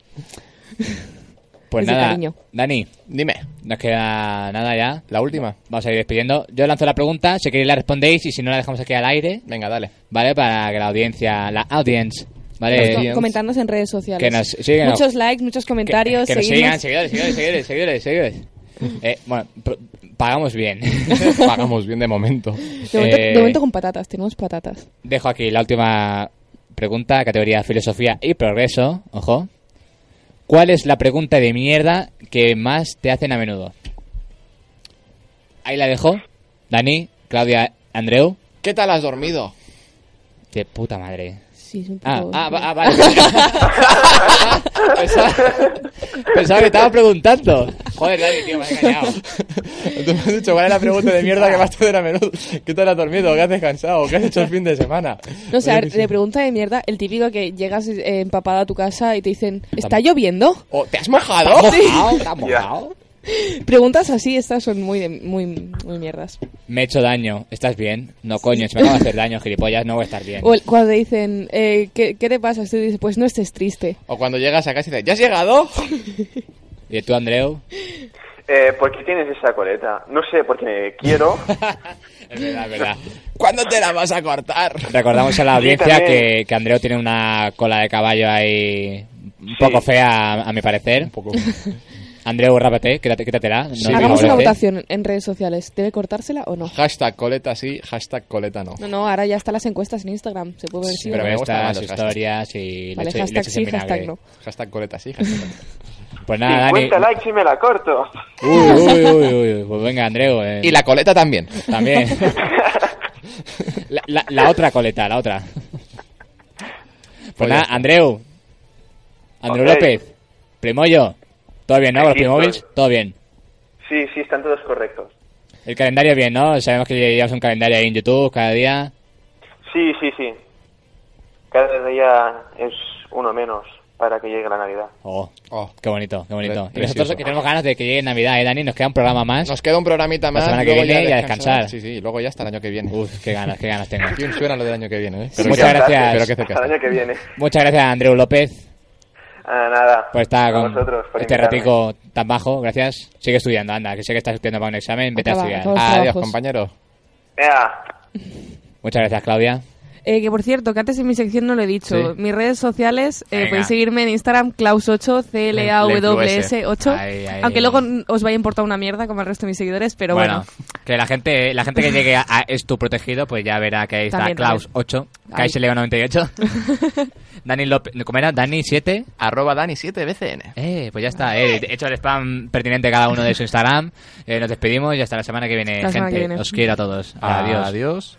[SPEAKER 2] Pues
[SPEAKER 4] Es de
[SPEAKER 2] nada,
[SPEAKER 4] cariño.
[SPEAKER 2] Dani,
[SPEAKER 3] dime.
[SPEAKER 2] Nos queda nada ya.
[SPEAKER 3] La última.
[SPEAKER 2] Vamos a ir despidiendo. Yo lanzo la pregunta, si queréis la respondéis y si no la dejamos aquí al aire.
[SPEAKER 3] Venga, dale.
[SPEAKER 2] ¿Vale? Para que la audiencia, la audience, ¿vale?
[SPEAKER 4] Pues co- comentarnos en redes sociales.
[SPEAKER 2] Eh, Que nos sigan.
[SPEAKER 4] muchos likes, muchos
[SPEAKER 2] Que-
[SPEAKER 4] comentarios.
[SPEAKER 2] Que, nos
[SPEAKER 4] seguidnos.
[SPEAKER 2] sigan, seguidores, seguidores, seguidores, seguidores, seguidores. Eh, bueno, pr- pagamos bien.
[SPEAKER 3] Pagamos bien de momento.
[SPEAKER 4] De momento, de
[SPEAKER 2] Eh,
[SPEAKER 4] momento con patatas, tenemos patatas.
[SPEAKER 2] Dejo aquí la última pregunta, categoría filosofía y progreso. Ojo. ¿Cuál es la pregunta de mierda que más te hacen a menudo? Ahí la dejo. Dani, Claudia, Andreu.
[SPEAKER 3] ¿Qué tal has dormido?
[SPEAKER 2] De puta madre.
[SPEAKER 4] Sí, es un
[SPEAKER 2] Ah,
[SPEAKER 4] poco-
[SPEAKER 2] ah, va- ah, vale. pensaba, pensaba que estaba preguntando. Joder, Dani, tío, me has engañado.
[SPEAKER 3] Tú me has dicho, ¿cuál es la pregunta de mierda que más te den a menudo? ¿Qué tal has dormido? ¿Qué has descansado? ¿Qué has hecho el fin de semana?
[SPEAKER 4] No sé, a ver,
[SPEAKER 3] Oye, que
[SPEAKER 4] de pregunta de mierda, el típico que llegas eh, empapado a tu casa y te dicen, ¿está lloviendo?
[SPEAKER 3] ¿O te has mojado?
[SPEAKER 4] Sí.
[SPEAKER 2] ¿Estás mojado?
[SPEAKER 4] Preguntas así, estas son muy, de- muy, muy mierdas.
[SPEAKER 2] Me he hecho daño. ¿Estás bien? No, coño, si me acabo de hacer daño, gilipollas, no voy a estar bien.
[SPEAKER 4] O el- cuando te dicen, eh, ¿qué, qué te pasa? Y tú dices, pues no estés triste.
[SPEAKER 3] O cuando llegas a casa y dices, ¿ya has llegado?
[SPEAKER 2] ¿Y tú, Andreu?
[SPEAKER 11] Eh, ¿Por qué tienes esa coleta? No sé, porque quiero.
[SPEAKER 2] Es verdad, es verdad.
[SPEAKER 3] ¿Cuándo te la vas a cortar?
[SPEAKER 2] Recordamos a la
[SPEAKER 11] Sí,
[SPEAKER 2] audiencia
[SPEAKER 11] también.
[SPEAKER 2] que, que Andreu tiene una cola de caballo ahí un poco fea, a, a mi parecer. Andreu, rápate, quédate, quédatela. No te
[SPEAKER 4] Hagamos una
[SPEAKER 2] favorece.
[SPEAKER 4] votación en redes sociales. ¿Debe cortársela o no?
[SPEAKER 3] Hashtag coleta sí, hashtag coleta no.
[SPEAKER 4] No, no, ahora ya están las encuestas en Instagram. Se puede ver si
[SPEAKER 2] pero
[SPEAKER 4] o
[SPEAKER 2] me
[SPEAKER 4] no.
[SPEAKER 2] gustan las
[SPEAKER 3] hashtags.
[SPEAKER 2] historias y
[SPEAKER 4] Vale,
[SPEAKER 2] leche,
[SPEAKER 4] hashtag
[SPEAKER 2] leches en
[SPEAKER 4] sí, hashtag
[SPEAKER 2] vinagre.
[SPEAKER 4] no.
[SPEAKER 3] Hashtag coleta sí, hashtag coleta.
[SPEAKER 2] Pues nada, Dani.
[SPEAKER 11] 50 likes y me la corto.
[SPEAKER 2] Uy, uy, uy, uy, uy. Pues venga, Andreu. eh.
[SPEAKER 3] Y la coleta también.
[SPEAKER 2] También. la, la- la otra coleta, la otra. Pues
[SPEAKER 3] Pues ya
[SPEAKER 2] nada,
[SPEAKER 3] está.
[SPEAKER 2] Andreu. Andreu
[SPEAKER 11] Ok.
[SPEAKER 2] López. Primoyo. Todo bien, ¿no? Con Los
[SPEAKER 11] Aquí
[SPEAKER 2] primóviles,
[SPEAKER 11] estoy.
[SPEAKER 2] todo bien.
[SPEAKER 11] Sí, sí, están todos correctos.
[SPEAKER 2] El calendario bien, ¿no? Sabemos que llevamos un calendario ahí en YouTube cada día.
[SPEAKER 11] Sí, sí, sí. Cada día es uno menos para que llegue la Navidad.
[SPEAKER 2] Oh, qué bonito, qué bonito. y
[SPEAKER 3] precioso.
[SPEAKER 2] nosotros que tenemos ganas de que llegue Navidad, ¿eh, Dani? Nos queda un programa más.
[SPEAKER 3] Nos queda un programita más.
[SPEAKER 2] semana que
[SPEAKER 3] luego
[SPEAKER 2] viene y a descansar.
[SPEAKER 3] Sí, sí, luego ya hasta el año que viene.
[SPEAKER 2] Uf, qué ganas, qué ganas tengo.
[SPEAKER 3] ¿Quién suena lo del año que viene? eh?
[SPEAKER 2] Sí, muchas
[SPEAKER 3] que-
[SPEAKER 2] gracias.
[SPEAKER 3] Pero que
[SPEAKER 11] Hasta el
[SPEAKER 3] cerca.
[SPEAKER 11] año que viene.
[SPEAKER 2] Muchas gracias, Andreu López,
[SPEAKER 11] Ah, nada.
[SPEAKER 2] por estar
[SPEAKER 11] A
[SPEAKER 2] Pues con
[SPEAKER 11] vosotros, por
[SPEAKER 2] este
[SPEAKER 11] invitarme.
[SPEAKER 2] ratico tan bajo. Gracias. Sigue estudiando, anda, que sé que estás estudiando para un examen. Vete a
[SPEAKER 4] Acaba,
[SPEAKER 2] estudiar.
[SPEAKER 4] acaba los
[SPEAKER 2] Adiós,
[SPEAKER 4] trabajos.
[SPEAKER 2] compañero.
[SPEAKER 11] Ea.
[SPEAKER 2] Muchas gracias, Claudia.
[SPEAKER 4] Eh, que por cierto, que antes en mi sección no lo he dicho.
[SPEAKER 2] Sí.
[SPEAKER 4] Mis redes sociales, eh,
[SPEAKER 2] Venga.
[SPEAKER 4] podéis seguirme en Instagram, Klaus8,
[SPEAKER 2] Ahí, ahí.
[SPEAKER 4] C-L-A-W-S-8. Aunque luego n- os vaya a importar una mierda como el resto de mis seguidores, pero bueno.
[SPEAKER 2] que la gente, la gente que llegue a, a Es tu protegido, pues ya verá que ahí está
[SPEAKER 4] También, también.
[SPEAKER 2] Klaus8,
[SPEAKER 4] Ahí.
[SPEAKER 2] KSLEO98, Dani López, ¿cómo era? Dani7.
[SPEAKER 3] Arroba Dani7BCN.
[SPEAKER 2] Eh, pues ya está, eh, he hecho el spam pertinente cada uno de su Instagram. Eh, nos despedimos y hasta la semana que viene,
[SPEAKER 4] La semana
[SPEAKER 2] gente.
[SPEAKER 4] que viene.
[SPEAKER 2] Os quiero a todos.
[SPEAKER 3] Adiós.
[SPEAKER 2] Adiós.
[SPEAKER 3] Adiós.